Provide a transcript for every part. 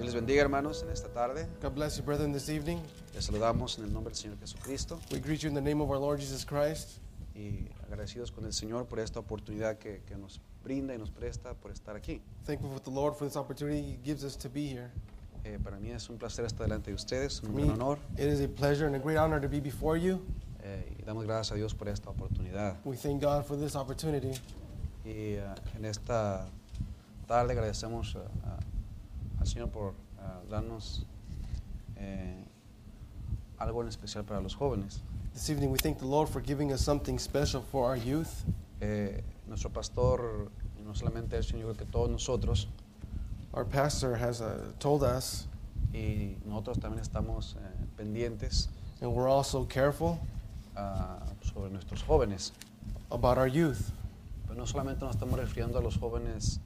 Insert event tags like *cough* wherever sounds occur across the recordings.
les bendiga, hermanos, en esta tarde. God bless you, brethren, this evening. Les saludamos en el nombre del Señor Jesucristo We greet you in the name of our Lord Jesus Christ. y agradecidos con el Señor por esta oportunidad que, que nos brinda y nos presta por estar aquí. Thankful with the Lord for this opportunity He gives us to be here. Eh, para mí es un placer estar delante de ustedes, For un me, gran honor. it is a pleasure and a great honor to be before you. eh, y damos gracias a Dios por esta oportunidad. We thank God for this opportunity. Y eh, en esta tarde agradecemos eh, a- al Señor por ah, darnos eh, algo en especial para los jóvenes. This evening, we thank the Lord for giving us something special for our youth. Eh, nuestro pastor, y no solamente él, sino yo creo que todos nosotros, Our pastor has uh, told us, y nosotros también estamos eh, pendientes and we're also careful ah, sobre nuestros jóvenes. about our youth. Pero no solamente nos estamos refiriendo a los jóvenes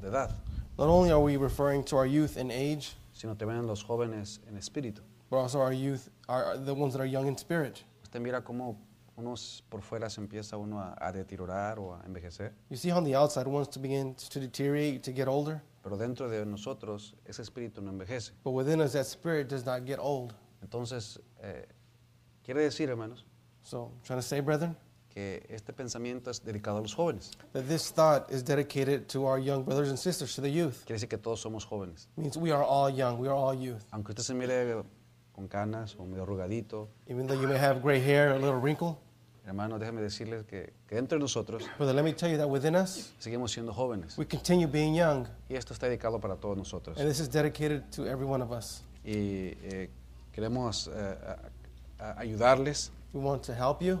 de edad, Not only are we referring to our youth in age, sino también a los jóvenes en espíritu. but also our youth, are the ones that are young in spirit. Usted mira cómo unos por fuera se empieza uno a, a deteriorar o a envejecer, You see how on the outside wants to begin to deteriorate, to get older, pero dentro de nosotros ese espíritu no envejece. but within us that spirit does not get old. Entonces, eh, quiere decir, hermanos, So, I'm trying to say, brethren, que este pensamiento es dedicado a los jóvenes. that this thought is dedicated to our young brothers and sisters, to the youth. Quiere decir que todos somos jóvenes. means we are all young, we are all youth. Aunque usted se mire con canas o medio arrugadito, Even though you may have gray hair, a little wrinkle, hermanos, déjeme decirles que, que dentro de nosotros brother, let me tell you that within us, seguimos siendo jóvenes. we continue being young, Y esto está dedicado para todos nosotros. and this is dedicated to every one of us. Y eh, queremos eh, a- a- ayudarles We want to help you,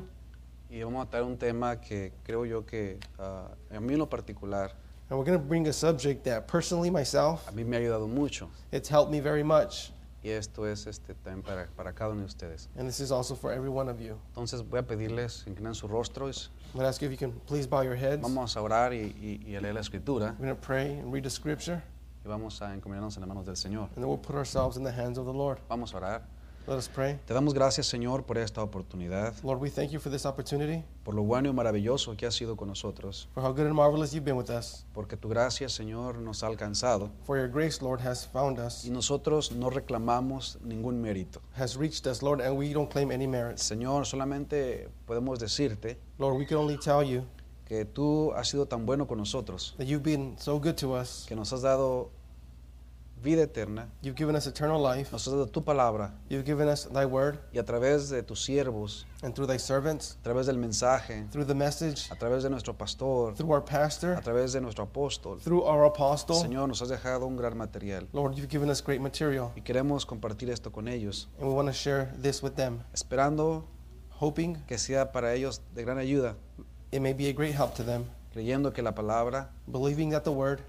y vamos a tratar un tema que creo yo que ah, a mí en lo particular, and we're going to bring a subject that personally, myself, a mí me ha ayudado mucho. it's helped me very much, Y esto es este, también para, para cada uno de ustedes. and this is also for every one of you. Entonces voy a pedirles, inclinen sus rostros, I'm going to ask you if you can please bow your heads. vamos a orar y, y- y a leer la escritura We're going to pray and read the scripture, y vamos a encomendarnos en las manos del Señor. and then we'll put ourselves in the hands of the Lord. Vamos a orar. Let us pray. Te damos gracias, Señor, por esta oportunidad, Lord, we thank you for this opportunity, por lo bueno y maravilloso que has sido con nosotros, for how good and marvelous you've been with us, porque tu gracia, Señor, nos ha alcanzado for your grace, Lord, has found y us, nosotros no reclamamos ningún mérito. has reached us, Lord, and we don't claim any merits. Señor, solamente podemos decirte Lord, we can only tell you que tú has sido tan bueno con nosotros, that you've been so good to us. que nos has dado vida eterna, You've given us eternal life, nos has dado tu palabra you've given us thy word, y a través de tus siervos, and through thy servants, a través del mensaje, through the message, a través de nuestro pastor, through our a pastor, través de nuestro apóstol. through our apostle. Señor, nos has dejado un gran material Lord, you've given us great material, y queremos compartir esto con ellos, and we want to share this with them, esperando hoping que sea para ellos de gran ayuda, it may be a great help to them, creyendo que la palabra believing that the word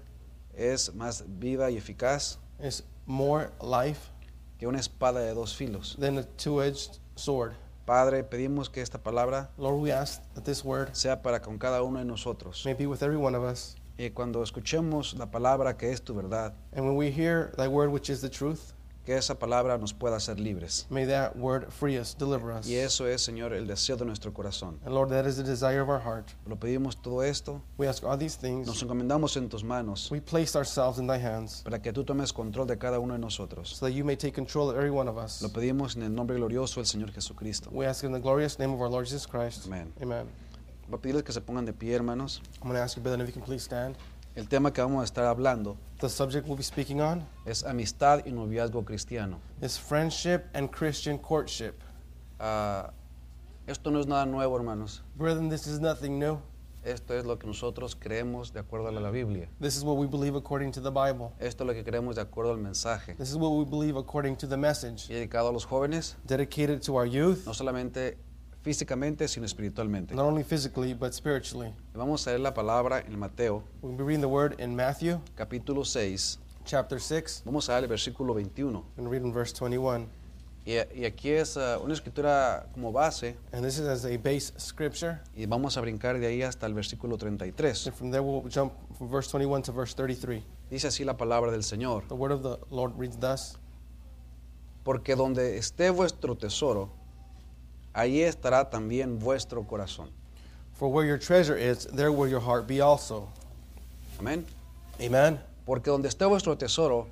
es más viva y eficaz is more life que una espada de dos filos. than a two edged sword. Padre, pedimos que esta palabra Lord, we ask that this word sea para con cada uno de nosotros. may be with every one of us. Y cuando escuchemos la palabra que es tu verdad, And when we hear thy word, which is the truth, que esa palabra nos pueda hacer libres. may that word free us, deliver us. Y eso es, Señor, el deseo de nuestro corazón. And Lord, that is the desire of our heart. Lo pedimos todo esto, We ask all these nos things. encomendamos en tus manos We place ourselves in thy hands para que tú tomes control de cada uno de nosotros. so that you may take control of every one of us. Lo pedimos en el nombre glorioso del Señor Jesucristo. We ask in the glorious name of our Lord Jesus Christ. Amén. Amen. Voy a pedirles que se pongan de pie, hermanos. I'm going to ask you, brethren, if you can please stand. El tema que vamos a estar hablando The subject we'll be speaking on es amistad y noviazgo cristiano. is friendship and Christian courtship. Ah, esto no es nada nuevo, hermanos. Brethren, this is nothing new. Esto es lo que nosotros creemos de acuerdo a la Biblia. This is what we believe according to the Bible. Esto es lo que creemos de acuerdo al mensaje. This is what we believe according to the message, Y dedicado a los jóvenes, dedicated to our youth, no solamente físicamente, sino espiritualmente. not only physically, but spiritually. Vamos a leer la palabra en Mateo, We'll be reading the word in Matthew capítulo 6. chapter 6 Vamos a leer el versículo 21. and read in verse 21. Y, y aquí es ah, una escritura como base, And this is as a base scripture. y vamos a brincar de ahí hasta el versículo 33. And from there, we'll jump from verse 21 to verse 33. Dice así la palabra del Señor. The word of the Lord reads thus Porque donde esté vuestro tesoro, ahí estará también vuestro corazón. For where your treasure is, there will your heart be also. Amén. Amen. Porque donde esté vuestro tesoro,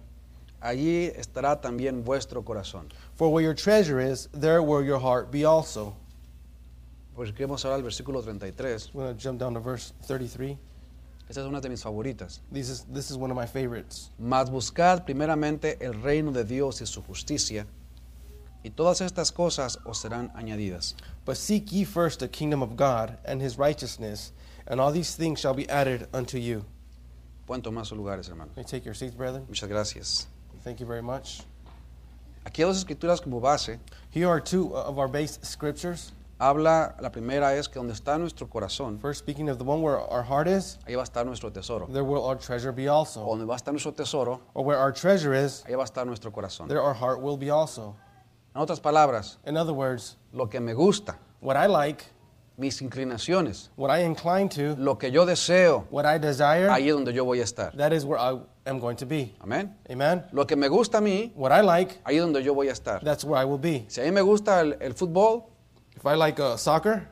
allí estará también vuestro corazón. For where your treasure is, there will your heart be also. Porque queremos Pues ahora el versículo 33. We're going to jump down to verse 33. Esta es una de mis favoritas. This is, this is one of my favorites. Mas buscad primeramente el reino de Dios y su justicia, y todas estas cosas os serán añadidas. But seek ye first the kingdom of God and his righteousness, and all these things shall be added unto you. Pueden tomar sus lugares, hermano. May you take your seats, brethren. Muchas gracias. Thank you very much. Aquí hay dos escrituras como base. Here are two of our base scriptures. Habla, la primera es que donde está nuestro corazón, First, speaking of the one where our heart is, ahí va a estar nuestro tesoro. there will our treasure be O also. donde va a estar nuestro tesoro, Or where our treasure is, ahí va a estar nuestro corazón. there our heart will be also. En otras palabras, In other words, lo que me gusta, what I like, mis inclinaciones, what I incline to, lo que yo deseo, what I desire, ahí es donde yo voy a estar. that is where I am going to be. Amén. Amen? Lo que me gusta a mí, What I like, ahí es donde yo voy a estar. that's where I will be. Si a mí me gusta el, el fútbol, If I like uh, soccer,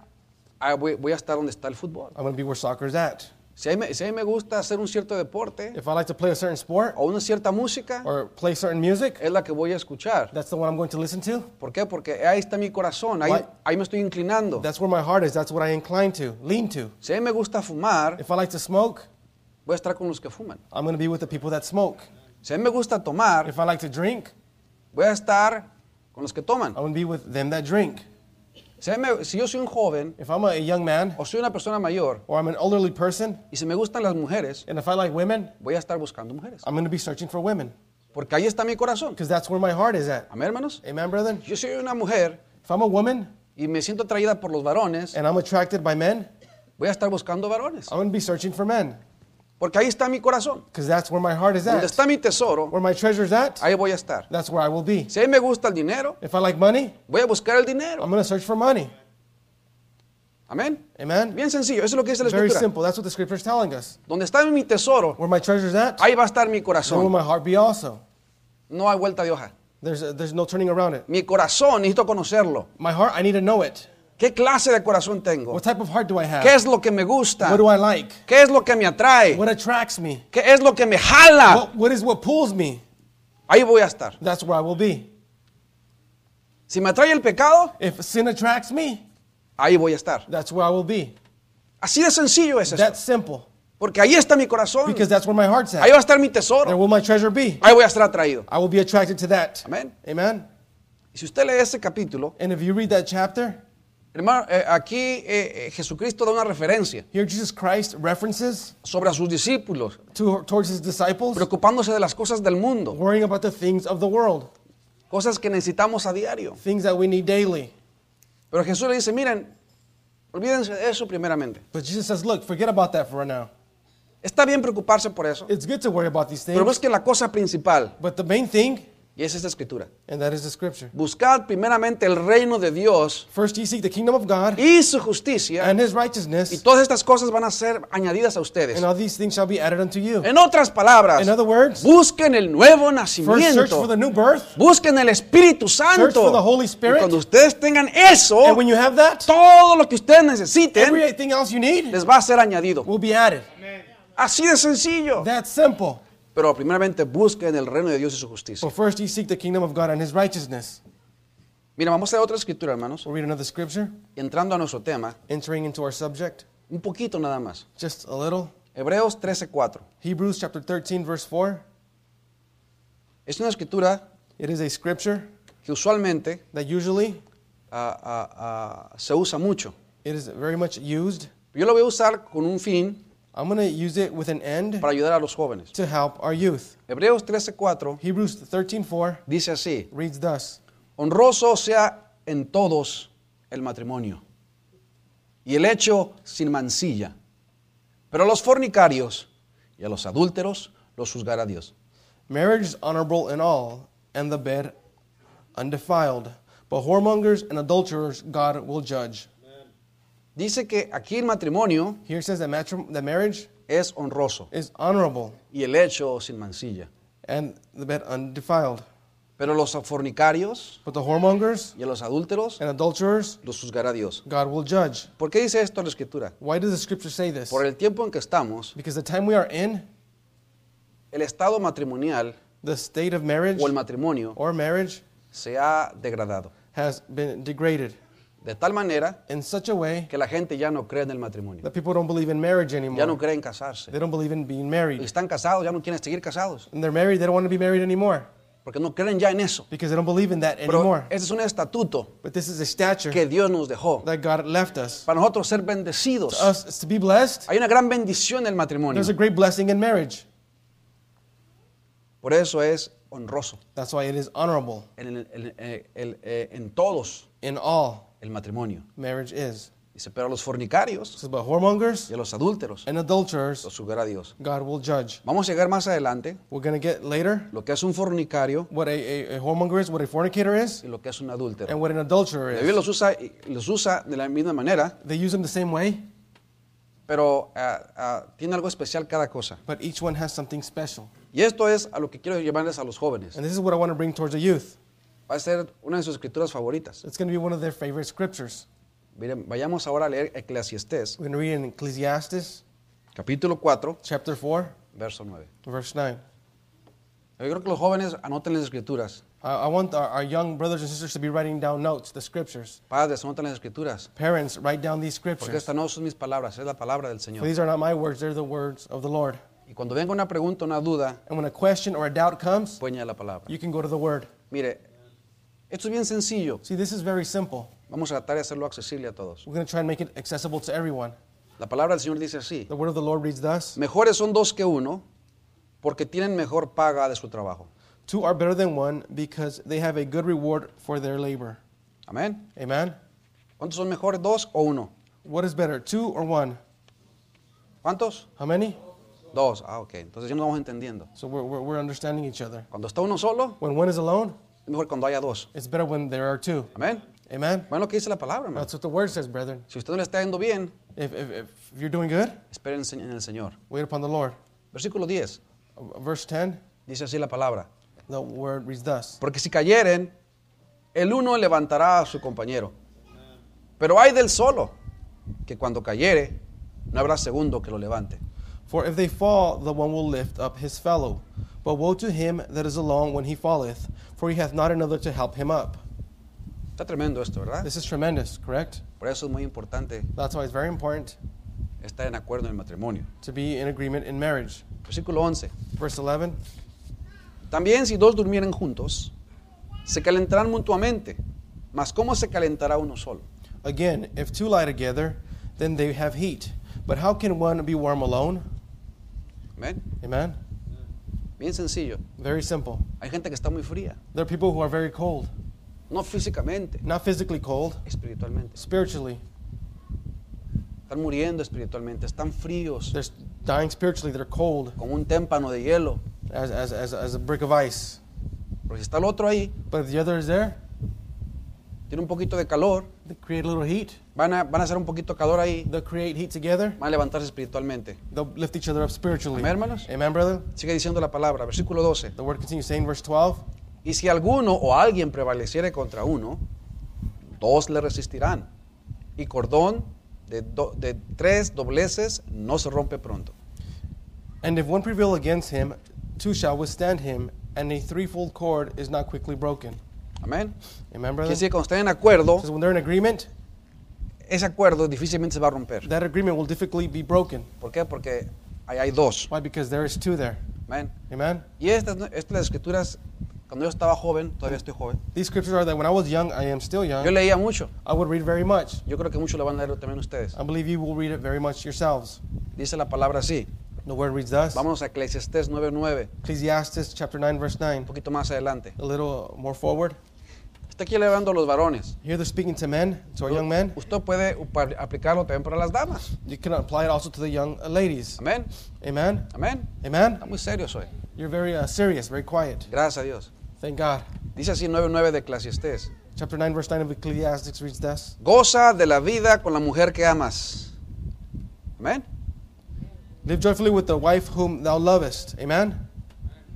ah, voy, voy a estar donde está el fútbol. I'm going to be where soccer's at. Si a, mí, me- si a mí me gusta hacer un cierto deporte If I like to play a certain sport o una cierta música, or play certain music, es la que voy a escuchar. that's the one I'm going to listen to. ¿Por qué? Porque ahí está mi corazón, ahí, Why? ahí me estoy inclinando. That's where my heart is. That's what I incline to, lean to. Si a mí me gusta fumar, If I like to smoke, voy a estar con los que fuman. I'm going to be with the people that smoke. Si a mí me gusta tomar, If I like to drink, voy a estar con los que toman. I'm going to be with them that drink. Si, a mí me- si yo soy un joven If I'm a young man o soy una persona mayor or I'm an elderly person, y si me gustan las mujeres, and if I like women, voy a estar buscando mujeres. I'm going to be searching for women Porque ahí está mi corazón. because that's where my heart is at. Amén, hermanos. Amen, brethren? Yo soy una mujer If I'm a woman y me siento atraída por los varones, and I'm attracted by men, voy a estar buscando varones. I'm going to be searching for men Porque ahí está mi corazón. because that's where my heart is Donde at. está mi tesoro, Where my treasure's at, ahí voy a estar. that's where I will be. Si a mí me gusta el dinero, If I like money, voy a buscar el I'm dinero. going to search for money. Amén. Amen? Bien sencillo, eso es lo que dice la Very escritura. simple. That's what the scripture's telling us. Donde está mi tesoro, Where my treasure's at, ahí va a estar mi there will corazón. my heart be also. No hay vuelta de hoja. There's, uh, there's no turning around it. Mi corazón, necesito conocerlo. My heart, I need to know it. ¿Qué clase de corazón tengo? What type of heart do I ¿Qué have? es lo que me gusta? What do I like? ¿Qué es lo que me atrae? What attracts me? ¿Qué es lo que me jala? What, what is what pulls me? Ahí voy a estar. That's where I will be. Si me atrae el pecado, If sin attracts me, ahí voy a estar. that's where I will be. Así de sencillo es eso. That's simple. Porque ahí está mi corazón. Because that's where my heart's Ahí at. va a estar mi There tesoro. will my treasure be. Ahí voy a estar atraído. I will be attracted to that. Amén. Amen. Y si usted lee ese capítulo, And if you read that chapter, hermano, eh, aquí eh, eh, Jesucristo da una referencia here Jesus Christ references sobre a sus discípulos, to, towards his disciples, preocupándose de las cosas del mundo, worrying about the things of the world, cosas que necesitamos a diario. things that we need daily. Pero Jesús le dice, miren, olvídense de eso primeramente. But Jesus says, look, forget about that for right now. Está bien preocuparse por eso, It's good to worry about these pero things, busquen la cosa principal, but the main thing, y es esta escritura. and that is the scripture. Buscad primeramente el reino de Dios First, ye seek the kingdom of God y su justicia, and his y righteousness, todas estas cosas van a ser añadidas a ustedes. and all these things shall be added unto you. En otras palabras, In other words, busquen el nuevo first search for the nacimiento. new birth, Busquen el Espíritu Search Santo. for the Holy Spirit. Y cuando ustedes tengan eso, and when you have that, todo lo que ustedes necesiten everything else you need les va a ser añadido. will be added. Así de sencillo. That's simple. Pero primeramente busquen el reino de Dios y su justicia. But first, ye seek the kingdom of God and his righteousness. Mira, vamos a otra escritura, hermanos. We'll read another scripture, Entrando a nuestro tema, entering into our subject un poquito nada más. just a little. Hebreos 13:4. Hebrews chapter 13, verse 4. Es una escritura It is a scripture que usualmente that usually ah, ah, ah, se usa mucho. it is very much used. Yo la voy a usar con un fin I'm going to use it with an end para ayudar a los jóvenes. to help our youth. Hebreos 13:4 Hebrews 13:4 dice así, reads thus: honroso sea en todos el matrimonio y el hecho sin mancilla, pero a los fornicarios y a los adúlteros los juzgará Dios. Marriage is honorable in all, and the bed undefiled. But whoremongers and adulterers God will judge. Dice que aquí el matrimonio Here it says that, matrim- that marriage es honroso is honorable y el hecho sin mancilla, and the bed undefiled. pero a los fornicarios But the whoremongers y a los adúlteros and adulterers los juzgará Dios. God will judge. ¿Por qué dice esto la escritura? Why does the scripture say this? Por el tiempo en que estamos, Because the time we are in, el estado matrimonial The state of marriage o el matrimonio or marriage se ha degradado. has been degraded De tal manera in such a way que la gente ya no cree en el matrimonio, that people don't believe in marriage ya anymore. no cree en casarse. They don't believe in being Y married. están casados, ya no quieren seguir casados, And they're married, they don't want to be married anymore porque no creen ya en eso. because they don't believe in that Pero anymore. ese es un estatuto But this is a stature que Dios nos dejó that God left us. para nosotros ser bendecidos. Us is to be blessed, Hay una gran bendición en el matrimonio. there's a great blessing in marriage. Por eso es honroso That's why it is honorable en, el- en- en- el- eh, en todos in all el matrimonio. marriage is. Dice, pero a los fornicarios So, but whoremongers y a los adúlteros and adulterers, los juzgará Dios. God will judge. Vamos a llegar más adelante We're going to get later lo que es un fornicario what a, a, a whoremonger is, what a fornicator is, y lo que es un adúltero. and what an adulterer La Biblia los is. usa, los usa de la misma manera, They use them the same way, pero ah, ah, tiene algo especial cada cosa. but each one has something special. Y esto es a lo que quiero llevarles a los jóvenes. And this is what I want to bring towards the youth. Va a ser una de sus escrituras favoritas. It's going to be one of their favorite scriptures. Miren, vayamos ahora a leer Eclesiastés, We're going to read in Ecclesiastes capítulo 4, chapter 4, verso 9. verse 9. Yo creo que los jóvenes anoten las escrituras. I, I want our, our young brothers and sisters to be writing down notes, the scriptures. Padres, anoten las escrituras. Parents, write down these Porque scriptures. estas no son mis palabras, es la palabra del For Señor. these are not my words, they're the words of the Lord. Y cuando venga una pregunta, una duda, And when a question or a doubt comes, puña la palabra. you can go to the word. Mire, esto es bien sencillo. See, this is very simple. Vamos a tratar de hacerlo accesible a todos. We're going to try and make it accessible to everyone. La palabra del Señor dice así. The word of the Lord reads thus Mejores son dos que uno porque tienen mejor paga de su trabajo. Two are better than one because they have a good reward for their labor. Amén. Amen? ¿Cuántos son mejores, dos o uno? What is better, two or one? ¿Cuántos? How many? Dos. Ah, ok. Entonces ya nos vamos entendiendo. So we're, we're, we're understanding each other. Cuando está uno solo, When one is alone, es mejor cuando haya dos. it's better when there are two. Amén. Amen? Bueno, lo que dice la palabra, hermano. That's what the word says, brethren. Si usted no le está yendo bien, If, if, if you're doing good, espérense en el Señor. wait upon the Lord. Versículo 10. Verse 10, Dice así la palabra. the word reads thus Porque si cayeren, el uno levantará a su compañero. Pero hay del solo, que cuando cayere, no habrá segundo que lo levante. For if they fall, the one will lift up his fellow. But woe to him that is alone when he falleth, for he hath not another to help him up. Está tremendo esto, ¿verdad? This is tremendous, correct? Por eso es muy importante That's why it's very important estar en acuerdo en el matrimonio. to be in agreement in marriage. Versículo 11. Verse 11 También si dos durmieren juntos, se calentarán mutuamente. Mas ¿cómo se calentará uno solo? Again, if two lie together, then they have heat. But how can one be warm alone? Amén. Amen? Bien sencillo. Very simple. Hay gente que está muy fría. There are people who are very cold, No físicamente, not physically cold, espiritualmente. spiritually. Están muriendo espiritualmente. Están fríos, They're s- dying spiritually, they're cold como un témpano de hielo. as, as, as, as a brick of ice. Porque si está el otro ahí, But if the other is there, tiene un poquito de calor, they create a little heat. van a, van a hacer un poquito de calor ahí, They'll create heat together. van a levantarse espiritualmente. They'll lift each other up spiritually. Amén, hermanos. Amen, brother. Sigue diciendo la palabra, versículo 12. The word continues saying, verse 12. Y si alguno o alguien prevaleciere contra uno, dos le resistirán. Y cordón de, do- de tres dobleces no se rompe pronto. And if one prevail against him, two shall withstand him, and a threefold cord is not quickly broken. Amén. Amen, Quiere brother. decir que cuando estén en acuerdo, Says when they're in agreement, ese acuerdo difícilmente se va a romper. that agreement will difficultly be broken. ¿Por qué? Porque ahí hay dos. Why? Because there is two there. Amén. Amen. Y estas, estas las escrituras, cuando yo estaba joven, todavía estoy joven, These scriptures are that when I was young, I am still yo young. leía mucho. I would read very much. Yo creo que mucho lo van a leer también ustedes. I believe you will read it very much yourselves. Dice la palabra así. The word reads thus. Vámonos a Eclesiastés 9.9, Ecclesiastes chapter 9, verse un 9. poquito más adelante. A little more forward. Está aquí elevando a los varones. Here they're speaking to men, to our young men. Usted puede upa- aplicarlo también para las damas. You can apply it also to the young uh, ladies. Amén. Amen. Amén. Amen. Está muy serio hoy. You're very uh, serious, very quiet. Gracias a Dios. Thank God. Dice así 9.9 de Eclesiastés. Chapter 9, verse 9 of Ecclesiastes reads thus Goza de la vida con la mujer que amas. Amén. Live joyfully with the wife whom thou lovest. Amen.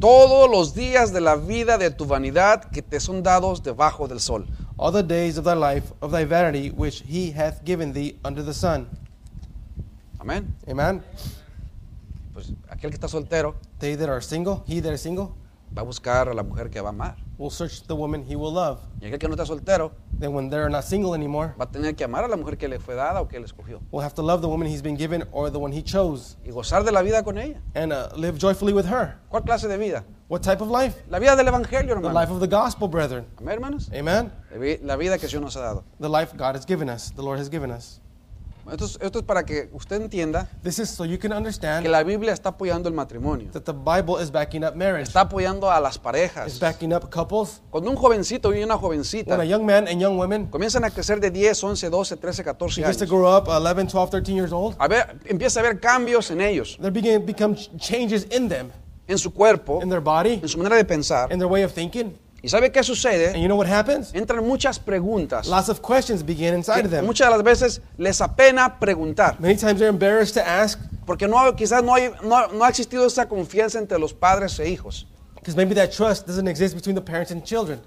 Todos los días de la vida de tu vanidad que te son dados debajo del sol. All the days of thy life, of thy vanity, which he hath given thee under the sun. Amén. Amen. Pues aquel que está soltero, They that are single, he that is single, va a buscar a la mujer que va a amar. will search the woman he will love. Y aquel que no está soltero Then, when they're not single anymore, va a tener que amar a la mujer que le fue dada o que le escogió. will have to love the woman he's been given or the one he chose Y gozar de la vida con ella. and uh, live joyfully with her. ¿Cuál clase de vida? What type of life? La vida del Evangelio, The hermano. life of the gospel, brethren. Amén, hermanos. Amen. La vi- La vida que Dios nos ha dado. The life God has given us, the Lord has given us. Esto es, esto es para que usted entienda This is so you can que understand la Biblia está apoyando el matrimonio. that the Bible is backing up marriage, Está apoyando a las it's parejas. backing up couples. Cuando un jovencito y una When a jovencita young man and young woman comienzan a crecer de 10, 11, 12, 13, 14 begins to años, grow up 11, 12, 13 years old, a ver, empieza a haber cambios en ellos, there begin become ch- changes in them, en su cuerpo, in their body, en su manera de pensar. in their way of thinking. ¿Y sabe qué sucede? And you know what happens? Entran muchas preguntas. Lots of questions begin inside of que them. Muchas de las veces les apena preguntar, Many times they're embarrassed to ask porque no, quizás no, hay- no- no ha existido esa confianza entre los padres e hijos. because maybe that trust doesn't exist between the parents and children.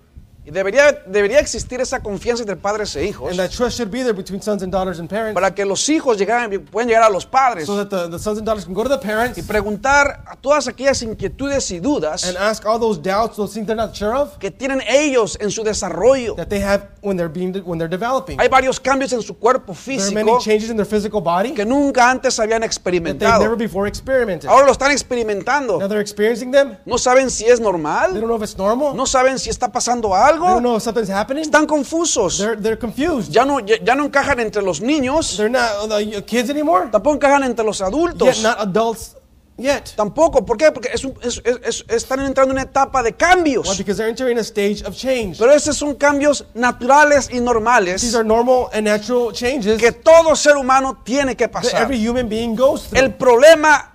Y debería, debería existir esa confianza entre padres e hijos And that trust should be there between sons and daughters and parents para que los hijos llegaran, puedan llegar a los padres so that the, the sons and daughters can go to the parents y preguntar a todas aquellas inquietudes y dudas and ask all those doubts, those things they're not sure of, que tienen ellos en su desarrollo. that they have when they're being when they're developing. Hay varios cambios en su cuerpo There are many físico changes in their physical body que nunca antes habían that they've never experimentado. before experimented. Ahora lo están Now experimentando. they're experiencing them. No saben si es They normal, don't know if it's normal. no saben si está pasando They don't algo, know if something's happening. están confusos. They're they're confused. Ya no, ya, ya no encajan entre los niños, They're not uh, kids anymore. tampoco encajan entre los Yet adultos. not adults yet. Tampoco, ¿por qué? Porque es un- es- es- es- están entrando en una etapa de Why? cambios. Because they're entering a stage of change. Pero esos son cambios naturales y These normales are normal and natural changes que todo ser humano tiene que that pasar. every human being goes through. El problema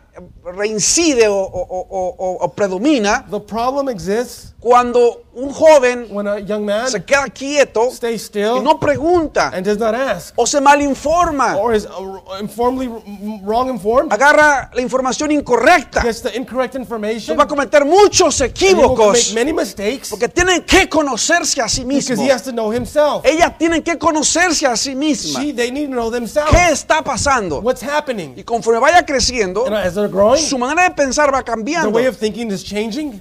reincide o, o- o- o- o predomina The problem exists cuando un joven when a young man se queda quieto stays y still no pregunta and does not ask o se malinforma, or is uh, informally wrong informed, agarra la información incorrecta, gets the incorrect information, va a cometer muchos he will make equívocos many mistakes porque tienen que conocerse a sí because mismo. he has to know himself. Ellas tienen que conocerse a sí misma. She, they need to know themselves. ¿Qué está pasando? What's Y happening? conforme vaya creciendo, And as they're growing, su manera de pensar va their cambiando. way of thinking is changing.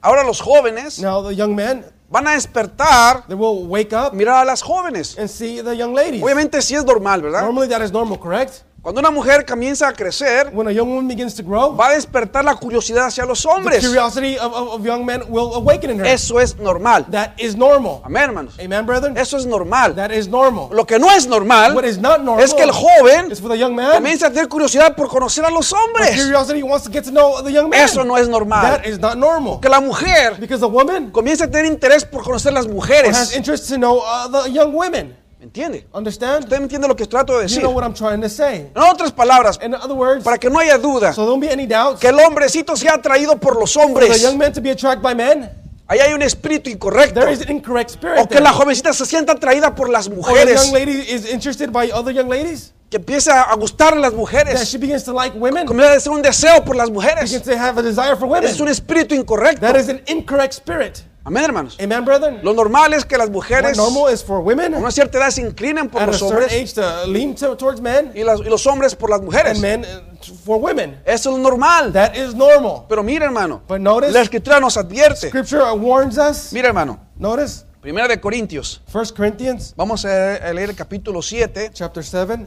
Ahora los jóvenes Now the young men, van a despertar, they will wake up mirar a las jóvenes. and see the young ladies. Obviamente sí es normal, ¿verdad? Normally that is normal, correct? Cuando una mujer comienza a crecer, When a young woman begins to grow, va a despertar la curiosidad hacia los the hombres. curiosity of, of, of young men will awaken in her. Eso es normal. That is normal. Amén, hermanos. Amen, brethren? Eso es normal. That is normal. Lo que no es normal What is not normal es que el joven is for the young man. comienza a tener curiosidad por conocer a los hombres. Curiosity wants to get to know the young man. Eso no es normal. That is not normal. Que la mujer Because a woman comienza a tener interés por conocer las has mujeres. interest to know uh, the young women. ¿Me entiende? Understand? ¿Usted me entiende lo que trato de You decir? know what I'm trying to say. En otras palabras, In other words, para que no haya duda, so don't be any doubts. que el hombrecito sea atraído por los The hombres. young men to be attracted by men, Ahí hay un espíritu incorrecto. there is an incorrect O spirit. que la There. jovencita se sienta atraída por las Or the young mujeres. lady is interested by other young ladies. Que empieza a gustar las That mujeres. she begins to like women. Comienza a ser un deseo por las mujeres. Begins to have a desire for women. Es un espíritu incorrecto. That is an incorrect spirit. Amén, hermanos. Amen, brethren? Lo normal es que las What mujeres a normal is for women una cierta edad se inclinen por at a los certain hombres age to lean to, towards men y, las- y los hombres por las mujeres. and Eso men uh, t- for women. es lo normal. That is normal. Pero mira, hermano, But notice- la escritura nos advierte. Scripture uh, warns us. Mira, hermano, Notice Primera de Corintios. 1 Corinthians Vamos a leer el capítulo 7. chapter 7,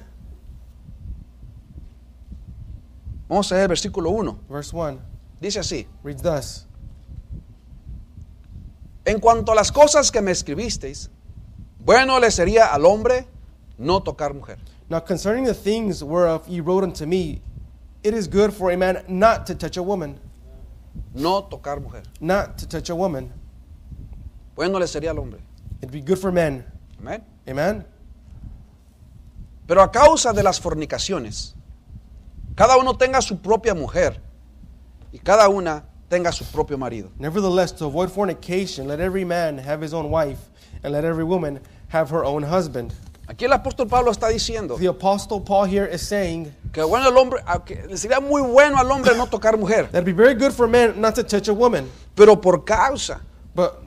Vamos a leer el versículo 1. verse 1. Dice así. Reads thus. En cuanto a las cosas que me escribisteis, bueno le sería al hombre no tocar mujer. Now concerning the things whereof ye wrote unto me, it is good for a man not to touch a woman. No tocar mujer. Not to touch a woman. Bueno le sería al hombre. It'd be good for men. Amén. Amen? Pero a causa de las fornicaciones, cada uno tenga su propia mujer y cada una tenga su propio marido. Nevertheless, to avoid fornication, let every man have his own wife, and let every woman have her own husband. Aquí el apóstol Pablo está diciendo The Apostle Paul here is saying que bueno el hombre, a que le sería muy bueno al hombre no tocar mujer, that it'd be very good for men not to touch a woman, pero por causa, but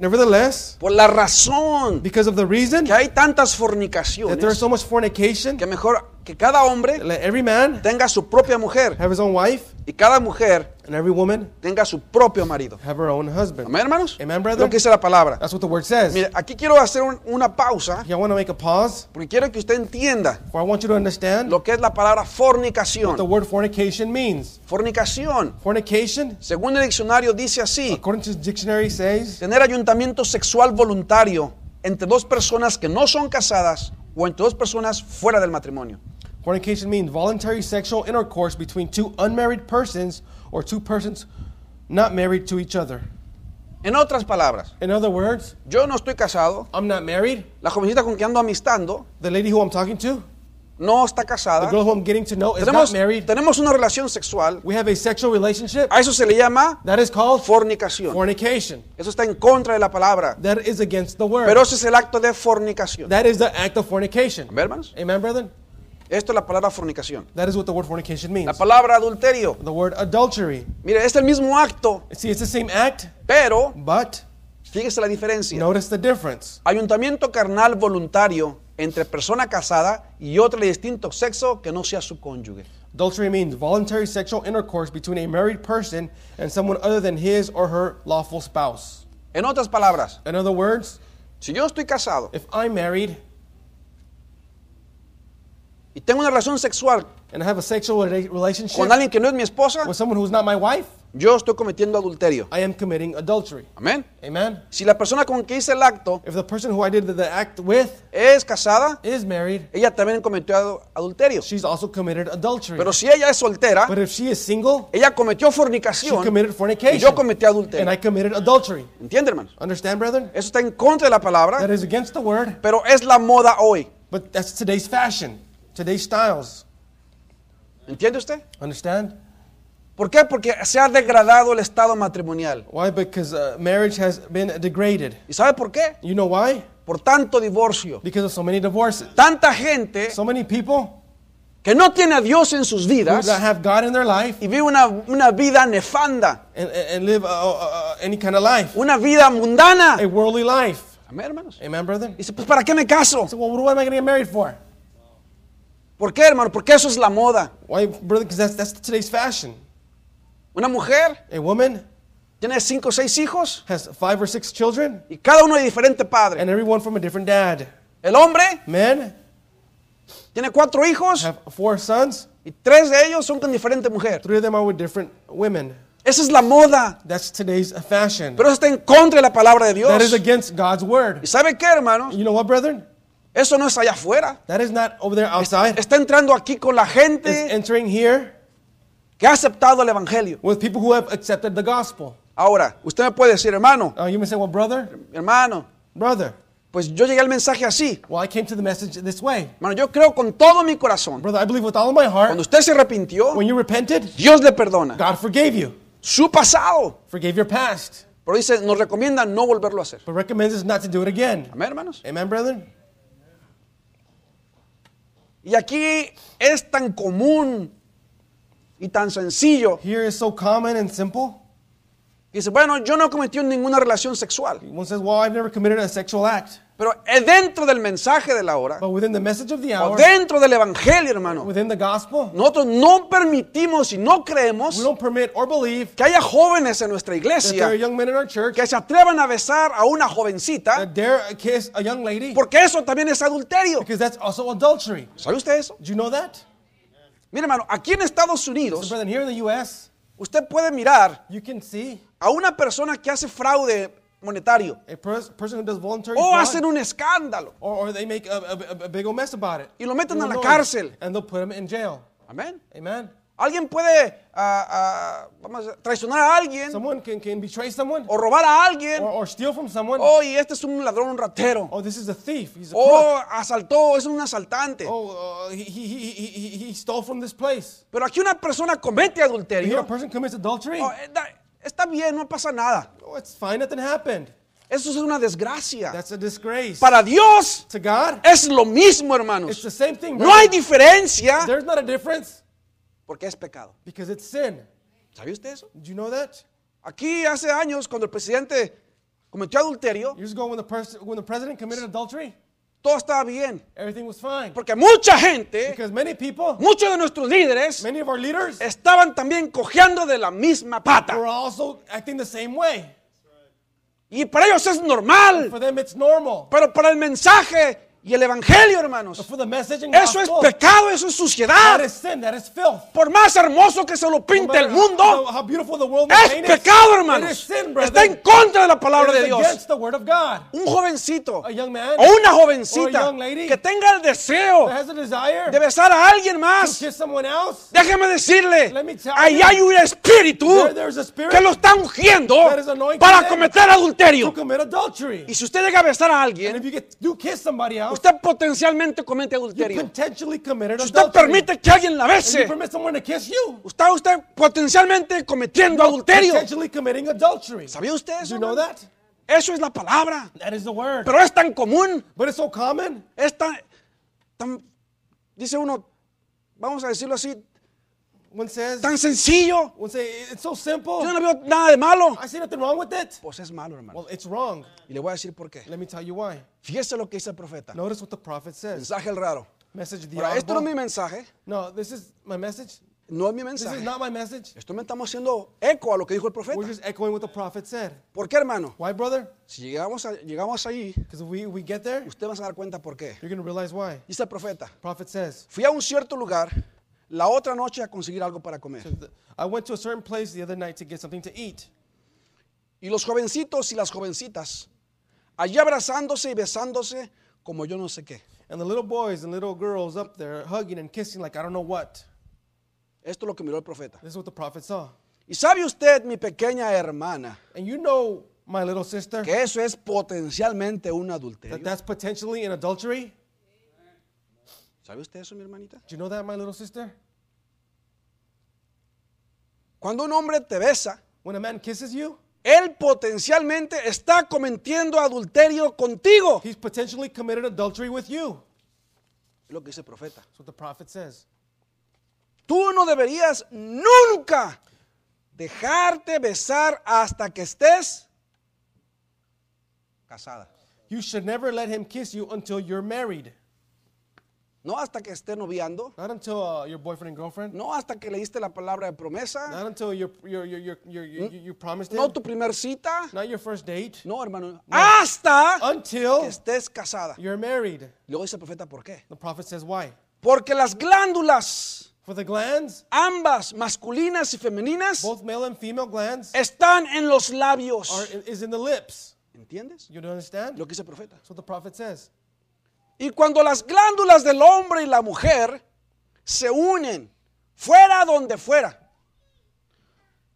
nevertheless, por la razón because of the reason que hay tantas that there's fornicaciones, so much fornication, que mejor que cada hombre let every man tenga su propia mujer have his own wife, y cada mujer and every woman tenga su propio marido. have her own husband. Amén, hermanos. Amen, brother. Lo que dice la palabra. That's what the word says. Mire, aquí quiero hacer un- una pausa Here, I want to make a pause, porque quiero que usted entienda for I want you to understand lo que es la palabra what the fornicación. word fornication means. Fornicación, Fornication, según el diccionario, dice así: according to the dictionary, says tener ayuntamiento sexual voluntario entre dos personas que no son casadas o entre dos personas fuera del matrimonio. fornication means voluntary sexual intercourse between two unmarried persons or two persons not married to each other. En otras palabras, In other words, yo no estoy casado, I'm not married. la jovencita con que ando amistando The lady who I'm talking to, no está the casada, girl who I'm getting to know, is tenemos, not married. tenemos una relación sexual, We have a sexual relationship. a eso se le llama That is called fornicación. fornication. Eso está en contra de la palabra, That is against the word. pero ese es el acto de fornicación. That is the act of fornication. Amén, hermanos? Amen, brethren? Esto es la palabra fornicación. That is what the word fornication means. La palabra adulterio. The word adultery. Mire, es el mismo acto, See, it's the same act, pero but fíjese la diferencia. notice the difference. Ayuntamiento carnal voluntario entre persona casada y otra de distinto sexo que no sea su cónyuge. Adultery means voluntary sexual intercourse between a married person and someone other than his or her lawful spouse. En otras palabras, In other words, si yo estoy casado if I'm married y tengo una relación sexual and I have a sexual rela- relationship con alguien que no es mi esposa, with someone who's not my wife, yo estoy cometiendo adulterio. I am committing adultery. Amén. Amen? Si la persona con que hice el acto If the person who I did the act with es casada, is married, ella también cometió adu- adulterio. she's also committed adultery. Pero si ella es soltera, But if she is single, ella cometió she fornicación. committed Y yo fornication. cometí And I adulterio. committed adultery. ¿Entiende, hermanos? Understand, brethren? Eso está en contra de la That palabra, is against the word, pero es la moda hoy. but that's today's fashion, today's styles. ¿Entiende usted? Understand? ¿Por qué? Porque se ha degradado el estado matrimonial. Why? Because uh, marriage has been degraded. ¿Y sabe por qué? You know why? Por tanto divorcio. Because of so many divorces. Tanta gente So many people que no tiene a Dios en sus do not vidas have God in their life y vive una, una vida nefanda, and, and and live uh, uh, uh, any kind of life, una vida mundana. a worldly life. Amén, hermanos. Amen, brethren? Dice, pues ¿para qué me caso? So, well, what am I going to get married for? ¿Por qué, hermano? Porque eso es la moda. Why, brother? Because that's, that's today's fashion. Una mujer A woman tiene cinco o seis hijos has five or six children, y cada uno de diferente padre. and everyone from a different dad. El hombre Men tiene cuatro hijos have four sons, y tres de ellos son con diferente mujer. Three of them are with different women. Esa es la moda. That's today's fashion. Pero eso está en contra de la palabra de That is Dios. against God's ¿Y word. sabe qué, hermanos? You know what, brethren? Eso no es allá afuera. That is not over there outside. It's Está entrando aquí con la gente entering here que ha aceptado el Evangelio. with people who have accepted the gospel. Ahora, usted me puede decir, hermano, Uh, you may say, well, brother, hermano, brother, pues yo llegué al mensaje así. well, I came to the message this way. Hermano, yo creo con todo mi corazón. Brother, I believe with all of my Cuando heart, usted se arrepintió, when you repented, Dios le perdona God forgave you, su pasado. forgave your past, Pero dice, nos recomienda no volverlo a hacer. but recommends us not to do it again. Amén, hermanos. Amen, brethren? Y aquí es tan común y tan sencillo. Here is so common and simple. Dice, bueno, yo no cometí ninguna relación sexual. One says, well, I've never committed a sexual act. Pero eh, dentro del mensaje de la hora, But within the message of the o hour, dentro del evangelio, hermano, within the gospel, nosotros no permitimos y no We creemos don't permit or believe que haya jóvenes en nuestra that there iglesia are young men in our church que se atrevan a besar a una jovencita, that dare kiss a young lady porque eso también es adulterio. because that's also adultery. ¿Sabe usted eso? Did you know that? Mire, hermano, aquí en Estados So, Unidos, brethren, here in the U.S., usted puede mirar you can see a una persona que hace fraude monetario a pers- person who does voluntary o fraud, hacen un escándalo. or, or they make a, a- a- a big old mess about it. Y lo meten In a la Illinois, cárcel. And they'll put him in jail. Amén. Amen. Alguien puede ah, ah, vamos a- traicionar a alguien Someone can, can betray someone o robar a alguien. or, or steal from someone. Oh, y este es un ladrón, un ratero. Oh, this is a thief. He's a crook. Oh, asaltó, es un asaltante. Oh, uh, he, he, he, he, he- he stole from this place. Pero aquí una persona comete Here, a adulterio. person commits adultery. Oh, eh, da- está bien, no pasa nada. Oh, it's fine. Nothing happened. Eso es una desgracia. That's a disgrace. Para Dios to God, es lo mismo, it's the hermanos. same thing. No brother. hay diferencia There's not a difference porque es pecado. because it's sin. ¿Sabía usted eso? Did you know that? Aquí hace años, cuando el presidente cometió adulterio, Years ago, when the, pers- when the president committed adultery, Todo estaba bien. Everything was fine. Porque mucha gente, Because many people, muchos de nuestros líderes, many of our leaders, estaban también cojeando de la misma were pata. also acting the same way. Y para ellos es normal. For them, it's normal. Pero para el mensaje y el evangelio, hermanos, For the message and eso es gospel, pecado, eso es that suciedad. is sin, that is filth. Por más hermoso que se lo No pinte el matter mundo, How, how beautiful the world may es paint it, pecado, It is hermanos. sin, Está en brethren. contra de la palabra It is de Dios. against the word of God. Un jovencito A young man o una or a jovencita young lady que tenga el deseo that has a desire de besar a alguien to más, kiss someone else, déjeme decirle, Let me tell ahí you, hay un espíritu there- there's a spirit que lo está ungiendo that is anointing para them cometer to adulterio. commit adultery. Y si usted llega a besar a And alguien, if you get, do kiss somebody else, usted potencialmente comete you adulterio. potentially committed Si usted adultery. permite que alguien la And you bese, permit someone to kiss you, está usted potencialmente cometiendo adulterio. potentially committing adultery. ¿Sabía usted Do eso? you know that? Eso es la palabra. That is the word. Pero es tan común, but it's so common. es tan, tan- dice uno, vamos a decirlo así, One says, tan sencillo. one say, it's so Yo simple. no veo nada de malo. I see nothing wrong with it. Pues es malo, hermano. Well, it's wrong. Y le voy a decir por qué. Let me tell you why. Fíjese lo que dice el profeta. Notice what the prophet says. Mensaje el raro. Message the Ahora, esto no es mi audible. mensaje. No, this is my message. No es mi This is mensaje. not my message. Esto me estamos haciendo eco a lo que dijo el profeta. We're just echoing what the prophet said. ¿Por qué, hermano? Why, brother? Si llegamos, a- llegamos ahí, Because if we, we get there, usted va a dar cuenta por qué. you're going to realize why. Dice el profeta, Prophet says, fui a un cierto lugar la otra noche a conseguir algo para comer. I went to a certain place the other night to get something to eat. Y los jovencitos y las jovencitas, allí abrazándose y besándose como yo no sé qué. And the little boys and little girls up there hugging and kissing like I don't know what. Esto es lo que miró el profeta. This is what the prophet saw. Y sabe usted, mi pequeña hermana, And you know, my little sister, que eso es potencialmente un that adulterio. that's potentially an adultery. ¿Sabe usted eso, mi hermanita? Do you know that, my little sister? Cuando un hombre te besa, When a man kisses you, él potencialmente está cometiendo adulterio contigo. he's potentially committed adultery with you. Es lo que dice el profeta. That's what the prophet says. Tú no deberías nunca dejarte besar hasta que estés casada. You should never let him kiss you until you're married. No hasta que estés noviando. Not until uh, your boyfriend and girlfriend. No hasta que leíste la palabra de promesa. Not until you're, you're, you're, you're, you're, you you promised him. No tu primer cita. Not your first date. No, hermano. Oh. Hasta que Until estés casada. you're married. Luego dice el profeta, ¿por qué? The prophet says why? Porque las glándulas, For the glands, ambas masculinas y femeninas, both male and female glands, están en los are, labios. is in the lips. ¿Entiendes? You don't understand? Lo que dice el profeta. That's what the prophet says. Y cuando las glándulas del hombre y la mujer se unen, fuera donde fuera,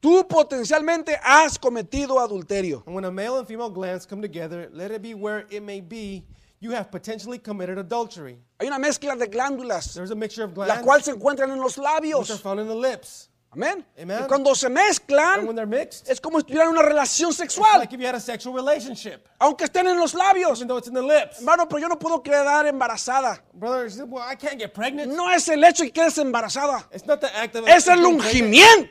tú potencialmente has cometido adulterio. And when a male and female glands come together, let it be where it may be, you have potentially committed adultery. Hay una mezcla de glándulas, There's a mixture of la glands cual se encuentran en los which are labios. found in the lips. Amén. Amen. Y cuando se And when mezclan, they're mixed, it's es como si tuvieran una relación sexual, like if you had a sexual relationship, aunque estén en los labios. even though it's in the lips. Hermano, pero yo no puedo quedar embarazada. Brother, you said, well, I can't get pregnant. No es el hecho de que quedes embarazada. It's not the act of Mm. Es el getting pregnant.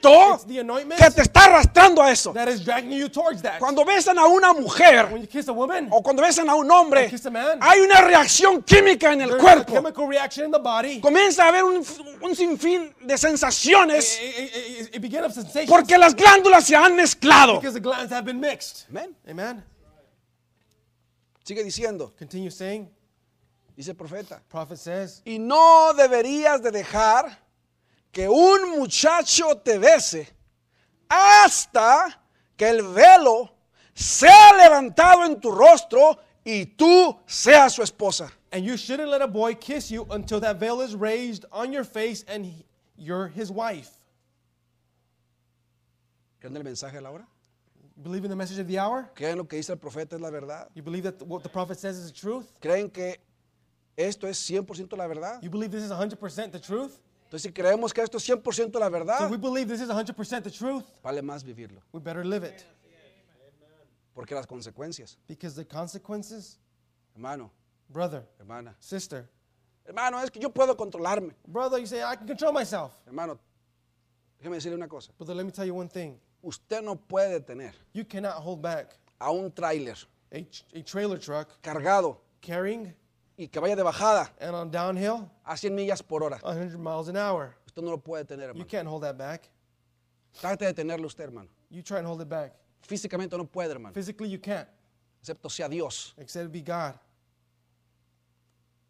ungimiento It's the anointment que te está arrastrando a eso. that is dragging you towards that. Cuando besan a una mujer When you kiss a woman, o cuando besan a un hombre, Kiss a man. hay una reacción química en el there's a cuerpo. chemical reaction in the body. Comienza a haber un, un sinfín de sensaciones It, it, it, it began of sensations porque las glándulas se han mezclado. because the glands have been mixed. Amén. Amen. Sigue diciendo, Continue saying. dice el profeta. Prophet says, Y no deberías de dejar que un muchacho te bese hasta que el velo sea levantado en tu rostro y tú seas su esposa. and you shouldn't let a boy kiss you until that veil is raised on your face and he- you're his wife. ¿Creen el mensaje de la hora? You believe in the message of the hour? ¿Creen lo que dice el profeta es la verdad? You believe that what the prophet says is the truth? ¿Creen que esto es 100% la verdad? You believe this is 100% the truth? Entonces, si creemos que esto es 100% la If we verdad, believe this is 100% the truth, vale más vivirlo. we better live it. Porque las consecuencias, Because the consequences, hermano, brother, hermana, sister, hermano, es que yo puedo controlarme. brother, you say, I can control myself. Hermano, déjeme decirle una cosa. Brother, let me tell you one thing. Usted no puede detener You cannot hold back a un tráiler a, a trailer truck cargado carrying y que vaya de bajada and on downhill, a 100 millas por hora. 100 miles an hour. Usted no lo puede detener, hermano. You can't hold that back. Trate de detenerlo usted, hermano. You try and hold it back. Físicamente no puede, hermano. Physically, you can't, Excepto sea Dios. except it be God.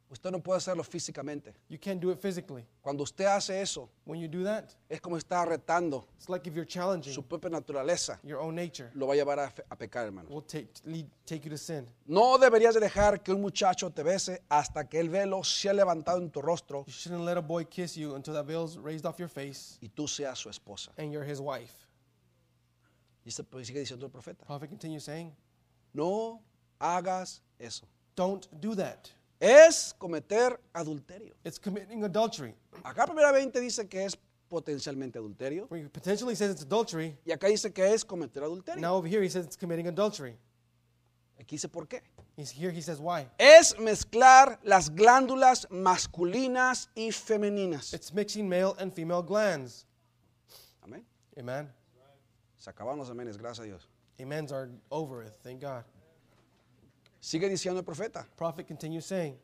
Usted no puede hacerlo físicamente. You can't do it physically. Cuando usted hace eso, When you do that, es como está retando it's like if you're challenging su propia naturaleza. your own nature, Lo va a llevar a, fe- a pecar, hermano. will take, lead, take you to sin. No deberías de dejar que un muchacho te bese hasta que el velo sea levantado en tu rostro You shouldn't let a boy kiss you until that veil's raised off your face y tú seas su esposa. and you're his wife. Y se- pues, sigue diciendo el profeta. Prophet continues saying, No hagas eso. Don't do that. Es cometer adulterio. It's committing adultery. Acá primeramente dice que es potencialmente adulterio When he potentially says it's adultery, y acá dice que es cometer adulterio. now over here he says it's committing adultery. Aquí dice por qué. He's here he says why. Es mezclar las glándulas masculinas y femeninas. It's mixing male and female glands. Amén. Amen. Se acabaron los amenes, gracias a Dios. Amens are over with, thank God. Sigue diciendo el profeta. Prophet continues saying,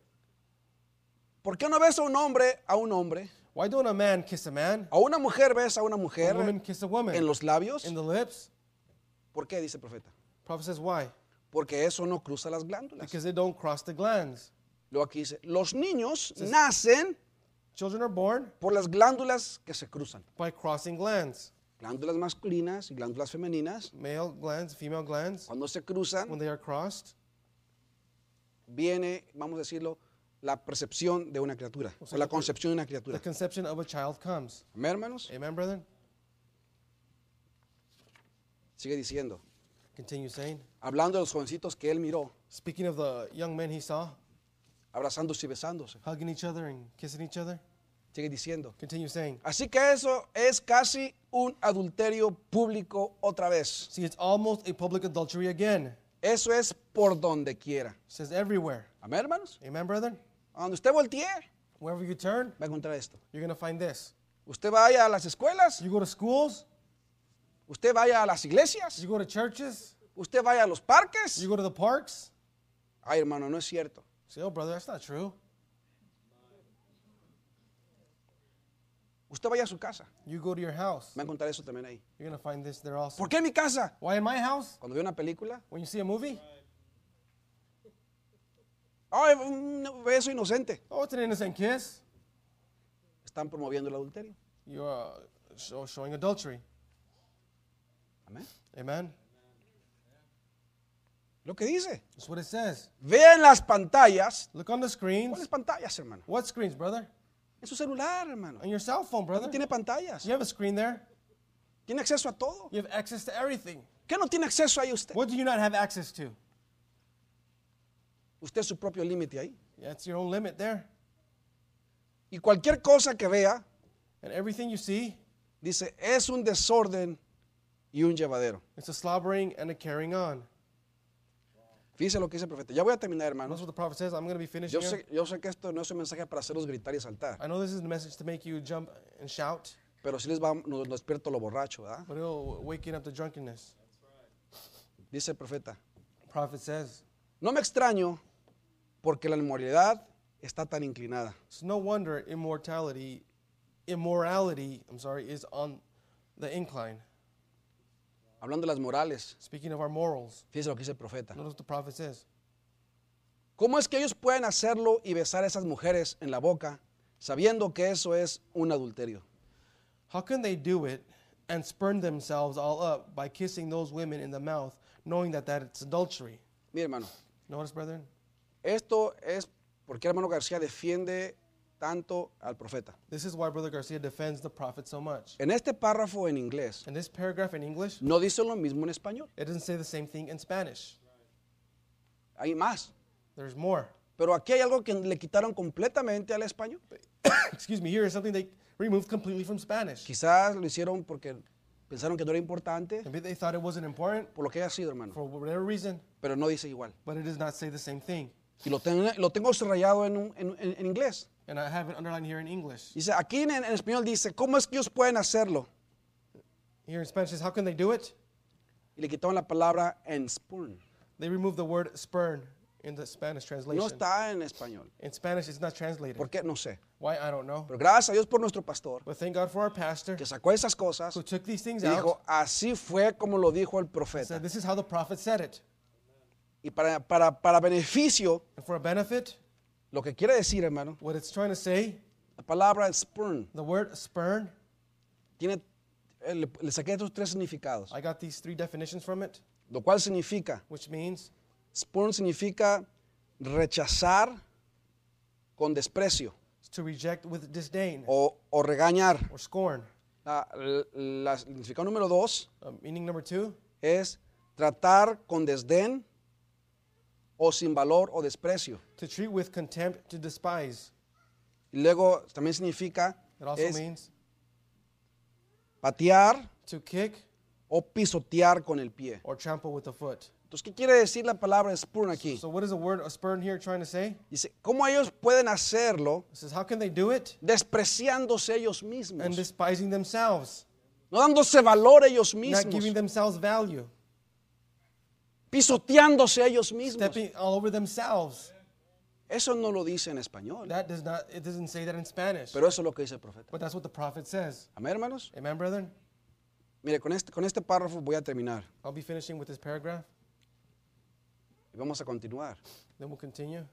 ¿Por qué no besa un hombre a un hombre? Why don't a man kiss a man? ¿A una mujer besa a una A mujer woman kiss a woman? en los labios? In the lips? ¿Por qué? Dice el profeta. Prophet says why? Porque eso no cruza las glándulas. Because they don't cross the glands. Luego aquí dice, los niños nacen Children are born por las glándulas que se cruzan. by crossing glands. Glándulas masculinas y glándulas femeninas. Male glands, female glands. Cuando se When cruzan, they are crossed, viene, vamos a decirlo, la percepción de una criatura, o sea, la la- concepción de una the criatura. conception of a child comes. Amén, hermanos. Amen, brethren? Sigue diciendo, Continue saying. hablando de los jovencitos que él miró, Speaking of the young men he saw, abrazándose y besándose. hugging each other and kissing each other. Sigue diciendo. Continue saying. Así que eso es casi un adulterio público otra vez. See, it's almost a public adultery again. Eso es por donde quiera. It says everywhere. Amén, hermanos. Amen, brethren? A donde usted voltee, Wherever you turn, va a encontrar esto. you're going to find this. Usted vaya a las escuelas, You go to schools, usted vaya a las iglesias, you go to churches, usted vaya a los you parques. go to the parks. Ay, hermano, no es cierto. Say, oh, brother, that's not true. Usted vaya a su casa, You go to your house, va a encontrar eso también ahí. you're going to find this there also. ¿Por qué mi casa? Why in my house? Cuando veo una película, When you see a movie? ay, un beso inocente. Oh, it's an innocent kiss. Están promoviendo el adulterio. You're uh, show, showing adultery. Amén. Amen? Lo que dice. That's what it says. Vean las pantallas. Look on the ¿Cuáles screens. pantallas, hermano? What screens, brother? En su celular, hermano. On your cell phone, brother. Tiene pantallas. You have a screen there. Tiene acceso a todo. You have access to everything. ¿Qué no tiene acceso ahí usted? What do you not have access to? Usted es su propio límite ahí. That's your own limit there. Y cualquier cosa que vea, And everything you see, dice, es un desorden y un llevadero. it's a slobbering and a carrying on. Fíjese lo que dice el profeta. Ya voy a terminar, That's hermanos. what the prophet says. I'm going to be finished Yo here. sé, yo sé que esto no es un mensaje para hacerlos gritar y saltar, I know this is a message to make you jump and shout, pero sí les va, nos, nos despierto lo borracho, ¿verdad? but it'll waken up the drunkenness. Dice el profeta. Prophet says, No me extraño porque la inmoralidad está tan inclinada. it's no wonder immortality, immorality, I'm sorry, is on the incline. Hablando de las morales, Speaking of our morals, fíjese lo que dice el profeta. notice what the prophet says. ¿Cómo es que ellos pueden hacerlo y besar a esas mujeres en la boca sabiendo que eso es un adulterio? How can they do it and spurn themselves all up by kissing those women in the mouth, knowing that that it's adultery? Mire, hermano, Notice, brethren, esto es porque hermano García defiende tanto al profeta. this is why Brother Garcia defends the prophet so much. En este párrafo en inglés In this paragraph in English, no dice lo mismo en español. it doesn't say the same thing in Spanish. Hay más. There's more. *coughs* Pero aquí hay algo que le quitaron completamente al español. Excuse me, here is something they removed completely from Spanish. Quizás lo hicieron porque pensaron que no era importante, Maybe they thought it wasn't important por lo que haya sido, hermano. for whatever reason, Pero no dice igual. but it does not say the same thing. Y lo, ten- lo tengo subrayado en, un- en- en- en inglés. And I have it underlined here in English. Dice, aquí en, en español dice, ¿cómo es que ellos pueden hacerlo? Here in Spanish it says, how can they do it? Y le quitaron la palabra en spoon. They removed the word spurn in the Spanish translation. No está en español. In Spanish, it's not translated. ¿Por qué? No sé. Why? I don't know. Pero gracias a Dios por nuestro pastor But thank God for our pastor que sacó esas cosas who took these things y dijo, out. así fue como lo dijo el Said profeta. this is how the prophet said it. Y para, para, para beneficio, And for a benefit, lo que quiere decir, hermano, what it's trying to say, la palabra spurn the word spurn, tiene, eh, le, le saqué estos tres significados. I got these three definitions from it, Lo cual significa, which means spurn significa rechazar con desprecio to reject with disdain o, o regañar. or scorn. La- la- el significado número dos Uh, meaning number two, es tratar con desdén o sin valor o desprecio. to treat with contempt, to despise. Y luego también significa It also es means patear to kick o pisotear con el pie. or trample with the foot. Entonces, ¿qué quiere decir la palabra spurn aquí? So what is the word a spurn here trying to say? Dice, ¿cómo ellos pueden hacerlo It says, how can they do it? despreciándose ellos And mismos? despising themselves, No dándose valor ellos not mismos, giving themselves value, pisoteándose ellos mismos. stepping all over themselves. Eso no lo dice en español, That does not, it doesn't say that in Spanish. pero eso es lo que dice el profeta. But that's what the prophet says. Amén, hermanos. Amen, brethren? Mire, con este, con este párrafo voy a terminar I'll be finishing with this paragraph, y vamos a continuar. then we'll continue.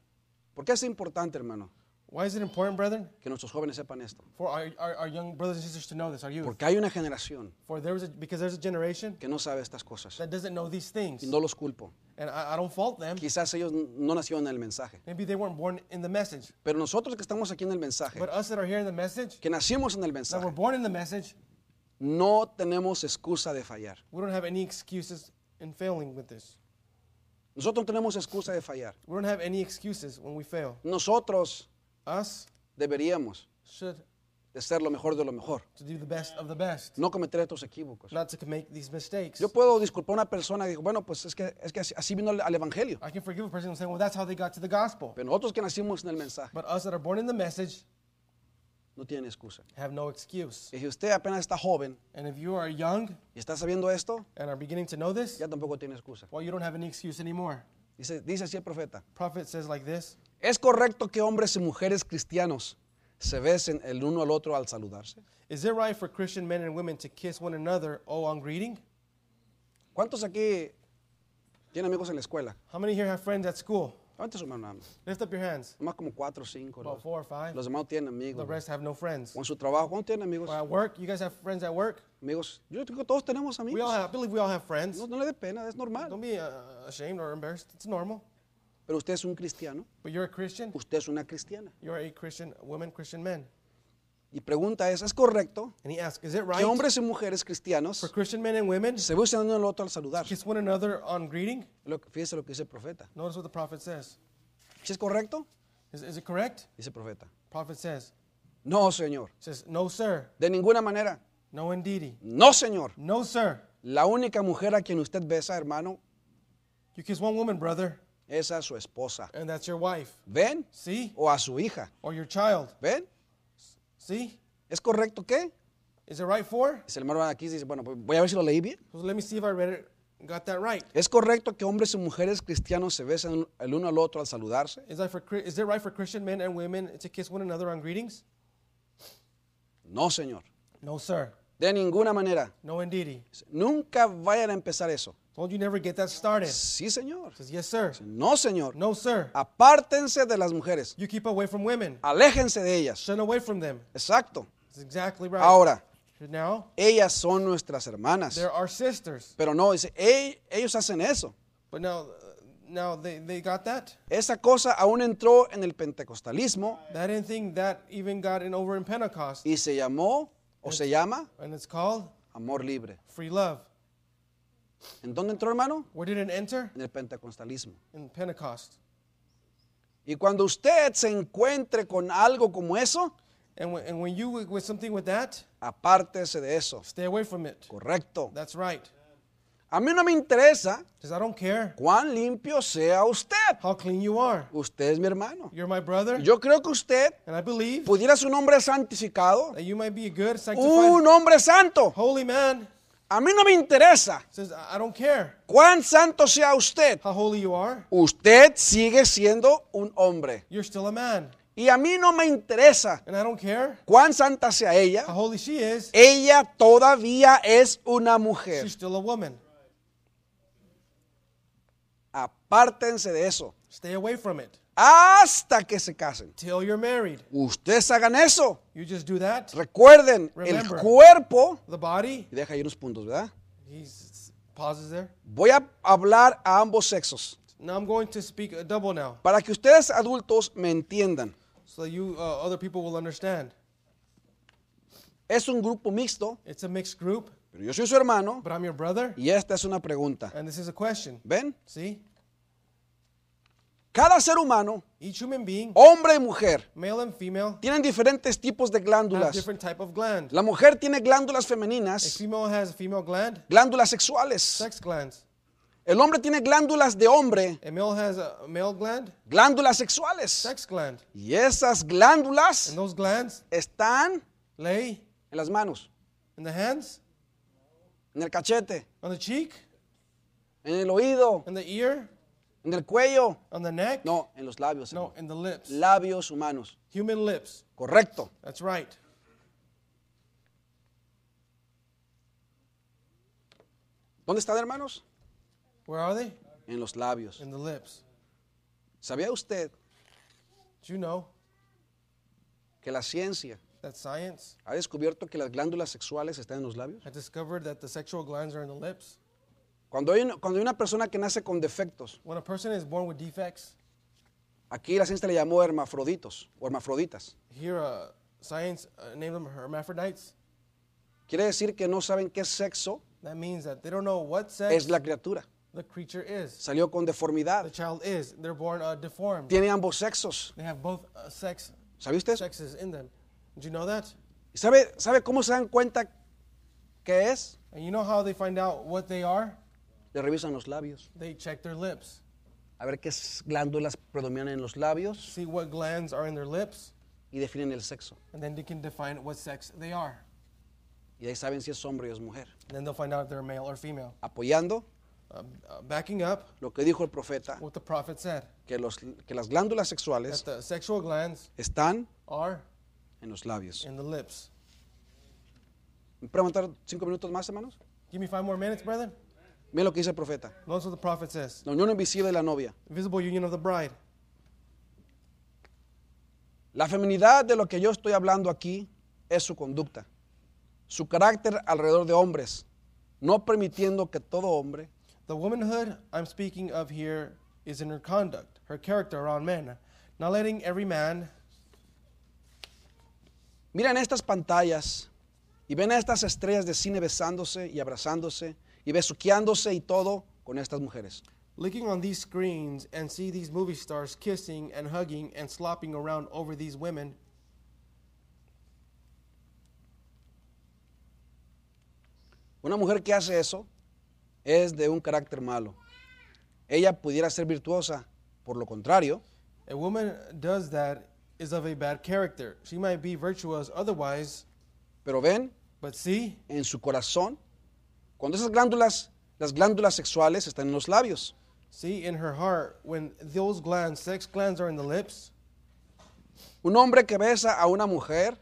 ¿Por qué es importante, hermano, Why is it important, brethren, que nuestros jóvenes sepan esto? for our, our, our young brothers and sisters to know this, our youth? Porque hay una generación For there was a, because there's a generation que no sabe estas cosas. that doesn't know these things. Y no los culpo. And I, I don't fault them. Quizás ellos n- no nacieron en el mensaje. Maybe they weren't born in the message. Pero nosotros que estamos aquí en el mensaje, But us that are hearing the message, que nacimos en el that mensaje, were born in the message, no tenemos excusa de fallar. we don't have any excuses in failing with this. Nosotros no tenemos excusa de fallar. We don't have any excuses when we fail. Nosotros Us deberíamos should de ser lo mejor de lo mejor, to do the best of the best, no cometer estos equívocos. not to make these mistakes. Yo puedo disculpar a una persona y digo, bueno, pues es que, es que así, así vino al- al Evangelio. I can forgive a person who's saying, well, that's how they got to the gospel. Pero nosotros que nacimos en el mensaje, But us that are born in the message no tienen excusa. have no excuse. Y si usted apenas está joven And if you are young y está sabiendo esto, and are beginning to know this, ya tampoco tiene excusa. well, you don't have any excuse anymore. Dice, dice así el profeta. Prophet says like this ¿Es correcto que hombres y mujeres cristianos se besen el uno al otro al saludarse? Is it right for Christian men and women to kiss one another, oh, on greeting? ¿Cuántos aquí tienen amigos en la escuela? How many here have friends at school? Levante su mano nada más. Lift up your hands. Nomás como cuatro o cinco. About Los, four or five. los demás no tienen The amigos. rest have no friends. O en su trabajo, ¿cuántos tienen amigos? Or at work, you guys have friends at work? Amigos, yo creo que todos tenemos We all amigos. have, I believe we all have friends. No, no le dé pena, es normal. Don't be uh, ashamed or embarrassed. It's normal. Pero usted es un cristiano, But you're a Christian. usted es una cristiana. You're a Christian woman, Christian man. Y pregunta es, ¿es correcto And he asks, is it que right hombres y mujeres for cristianos Christian men and women to se besen el uno al otro al saludarse? kiss one another on greeting? Lo- Fíjese lo que dice el profeta. Notice what the prophet says. ¿Si es correcto? Is, is it correct? Dice el profeta. Prophet says, No, señor. says, no, sir. De ninguna manera. No, indeedy. No, señor. No, sir. La única mujer a quien usted besa, hermano, You kiss one woman, brother, es a su esposa. and that's your wife. ¿Ven? See? O a su hija. Or your child. ¿Ven? See? ¿Es correcto qué? Is it right for? Dice el hermano aquí, dice, bueno, pues voy a ver si lo leí bien. So let me see if I read it, got that right. ¿Es correcto que hombres y mujeres cristianos se besen el uno al otro al saludarse? Is, that for, Chri- is it right for Christian men and women to kiss one another on greetings? No, señor. No, sir. De ninguna manera. No, indeedy. Dice, Nunca vayan a empezar eso. Told you never get that started. Sí, señor. Says, yes, sir. No, señor. No, sir. Apártense de las mujeres. You keep away from women. Aléjense de ellas. Shun away from them. Exacto. That's exactly right. Ahora, Now, ellas son nuestras hermanas. they're our sisters. Pero no, dice, "Ey- ellos hacen eso. But now, uh, now they, they got that? Esa cosa aún entró en el pentecostalismo That didn't think that even got in over in Pentecost. y se llamó o se llama And it's called amor libre. free love. ¿En dónde entró, hermano? Where did it enter? En el pentecostalismo. In Pentecost. Y cuando usted se encuentre con algo como eso, And when, and when you with with something with that, apártese de eso. stay away from it. Correcto. That's right. A mí no me interesa Because I don't care cuán limpio sea usted. how clean you are. Usted es mi hermano. You're my brother, Yo creo que usted and I believe pudiera ser un hombre santificado, that you might be a good, sanctified, un hombre santo. holy man. A mí no me interesa He says, I I don't care cuán santo sea usted. how holy you are, Usted sigue siendo un hombre. you're still a man. Y a mí no me interesa And I don't care cuán santa sea ella. how holy she is, Ella todavía es una mujer. she's still a woman. Apártense de eso. Stay away from it Hasta que se casen. till you're married. Ustedes hagan eso. You just do that. Recuerden, el Remember. cuerpo. The body, Y deja ahí unos puntos, ¿verdad? he s- pauses there. Voy a hablar a ambos sexos. Now I'm going to speak a double now Para que ustedes adultos me entiendan. so that you uh, other people will understand. Es un grupo mixto, It's a mixed group, pero yo soy su hermano. but I'm your brother, Y esta es una pregunta. and this is a question. ¿Ven? See? Cada ser humano, Each human being, hombre y mujer, male and female, tienen diferentes tipos de have glándulas. different type of gland. La mujer tiene glándulas A femeninas, female has a female gland, glándulas sexuales. sex glands. El hombre tiene glándulas de hombre, A male has a male gland, glándulas sexuales. sex gland. Y esas glándulas And those glands están lay en las manos, in the hands, en el cachete, on the cheek, en el oído, in the ear, en el cuello. on the neck. No, en los labios. No, in the lips. Labios humanos. Human lips. Correcto. That's right. ¿Dónde están, hermanos? Where are they? En los labios. In the lips. ¿Sabía usted Do you know que la ciencia that science ha descubierto que las glándulas sexuales están en los labios? has discovered that the sexual glands are in the lips? Cuando hay, una- cuando hay una persona que nace con defectos, When a person is born with defects, aquí la ciencia le llamó hermafroditos o hermafroditas. here uh, science uh, named them hermaphrodites. Quiere decir que no saben qué sexo That means that they don't know what sex es la criatura. the creature is. Salió con The deformidad. child is. They're born uh, deformed. Tiene ambos sexos. They have both uh, sex ¿Sabe usted? eso? sexes in them. Did you know that? ¿Y ¿Sabe, ¿Sabe cómo se dan cuenta qué es? And you know how they find out what they are? Le revisan los labios. They check their lips. A ver qué s- glándulas predominan en los labios. See what glands are in their lips, y definen el sexo. and then they can define what sex they are. Y ahí saben si es hombre o es mujer. And then they'll find out if they're male or female. Apoyando Um, uh, backing up lo que dijo el profeta, what the prophet said, que, los, que las glándulas that sexuales the sexual glands están are en los labios. in the lips. ¿Me pueden aguantar cinco minutos más, hermanos? Give me five more minutes, brother. Miren lo que dice el profeta. Notice what the prophet says. La unión invisible de la novia. Visible union of the bride. La feminidad de lo que yo estoy hablando aquí es su conducta, su carácter alrededor de hombres, no permitiendo que todo hombre The womanhood I'm speaking of here is in her conduct, her character around men, not letting every man Miran estas pantallas y ven a estas estrellas de cine besándose y abrazándose y besuqueándose y todo con estas mujeres. Looking on these screens and see these movie stars kissing and hugging and slopping around over these women, Una mujer que hace eso es de un carácter malo. Ella pudiera ser virtuosa, por lo contrario, a woman does that is of a bad character. She might be virtuous otherwise, pero ven but see, en su corazón cuando esas glándulas, las glándulas sexuales están en los labios. see in her heart when those glands, sex glands are in the lips, Un hombre que besa a una mujer,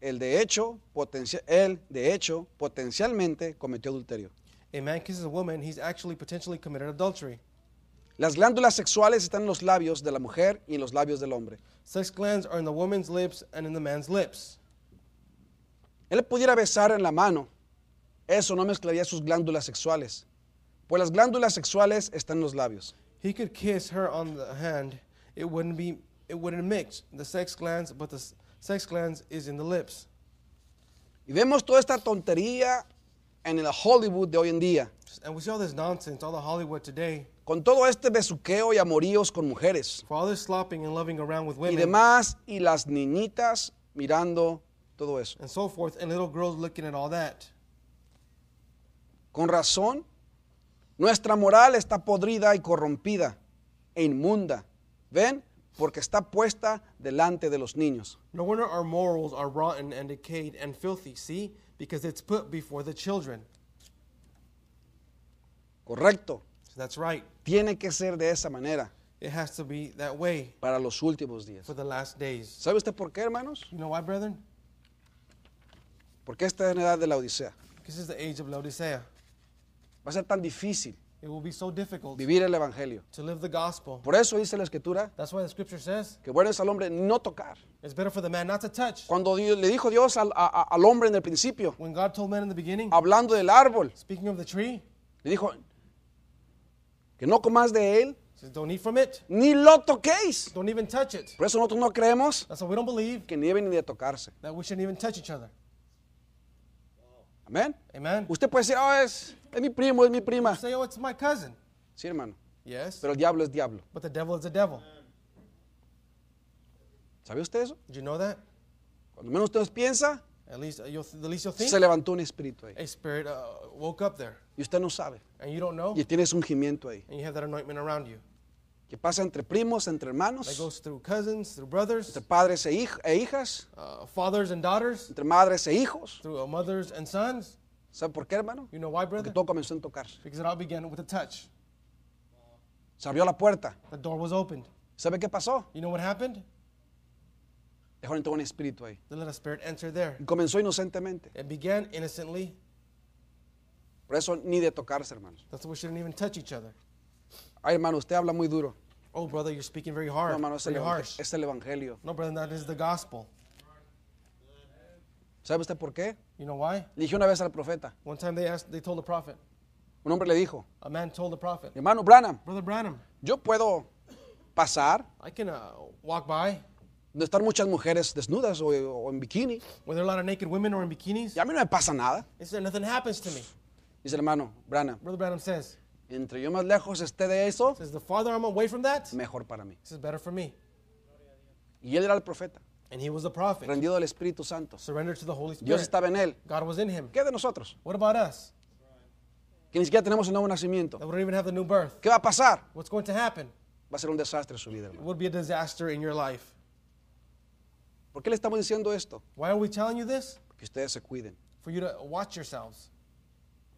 el de hecho, potencia- él de hecho potencialmente cometió adulterio. a man kisses a woman, he's actually potentially committed adultery. Las glándulas sexuales están en los labios de la mujer y en los labios del hombre. Sex glands are in the woman's lips and in the man's lips. Él le pudiera besar en la mano. Eso no mezclaría sus glándulas sexuales. Pues las glándulas sexuales están en los labios. He could kiss her on the hand, it wouldn't be it wouldn't mix the sex glands, but the s- sex glands is in the lips. Y vemos toda esta tontería en el Hollywood de hoy en día. And we see all this nonsense, all the Hollywood today, Con todo este besuqueo y amoríos con mujeres. for all this slopping and loving around with Y women demás, y las niñitas mirando todo eso. and so forth, and little girls looking at all that. Con razón, nuestra moral está podrida y corrompida e inmunda. ¿Ven? Porque está puesta delante de los niños. No wonder our morals are rotten and decayed and filthy, see? Because it's put before the children. correcto. So that's right. Tiene que ser de esa manera It has to be that way para los últimos días. for the last days. ¿Sabe usted por qué, hermanos? You know why, brethren? Porque esta es la edad de la Odisea. Because it's the age of Laodicea. Va a ser tan difícil It will be so difficult vivir el Evangelio. to live the gospel. Por eso dice la Escritura That's why the scripture says que bueno es al hombre no tocar. it's better for the man not to touch. Cuando Dios- le dijo Dios al, a- a- al hombre en el principio, When God told man in the beginning, hablando del árbol, speaking of the tree, le dijo que no comas de él he says, don't eat from it. ni lo toquéis. Don't even touch it. Por eso nosotros no creemos That's why we don't believe que ni deben ni de tocarse. that we shouldn't even touch each other. Amén. Amen. Usted puede decir, oh, es, es mi primo, es mi prima. Say, oh, it's my cousin. Sí, hermano. Yes. Pero el diablo es diablo. But the devil is the devil. ¿Sabe usted eso? Did you know that? Cuando menos usted piensa, At least uh, you'll, the least you'll think se levantó un espíritu ahí. a spirit uh, woke up there, Y usted no sabe. and you don't know, Y tienes un gimiento ahí. and you have that anointment around you Que pasa entre primos, entre that hermanos, goes through cousins, through brothers, entre padres e, hij- e hijas, uh, fathers and daughters, entre madres e hijos. through uh, mothers and sons. ¿Sabe por qué, hermano? You know why, Porque brother? todo comenzó a tocarse. Because it all began with a touch. Se abrió la puerta. The door was opened. ¿Sabe qué pasó? You know what happened? Dejó entrar un espíritu ahí. They let a spirit enter there. Y comenzó inocentemente. It began innocently. Por eso ni de tocarse, hermanos. That's why we shouldn't even touch each other. Ay, hermano, usted habla muy duro. Oh, brother, you're speaking very No, hard, hermano, es el, very evangel- harsh. es el evangelio. No, brother, that is the gospel. ¿Sabe usted por qué? You know why? Le dije una vez al profeta. One time they asked, they told the prophet. Un hombre le dijo, A man told the prophet, hermano Branham, brother Branham, yo puedo pasar, I can uh, walk by no están muchas mujeres desnudas o, o en bikini, where there are a lot of naked women or in bikinis. y a mí no me pasa nada. He said, nothing happens to me. Dice el hermano Branham, Brother Branham says, entre yo más lejos esté de eso, says the farther I'm away from that, mejor para mí. this is better for me. Y él era el profeta, And he was a prophet, rendido al Espíritu Santo. surrendered to the Holy Spirit. Dios estaba en él. God was in him. ¿Qué de nosotros? What about us? Que ni siquiera tenemos un nuevo nacimiento. That we don't even have the new birth. ¿Qué va a pasar? What's going to happen? Va a ser un desastre su vida, hermano. It would be a disaster in your life. ¿Por qué le estamos diciendo esto? Why are we telling you this? Que ustedes se cuiden, For you to watch yourselves,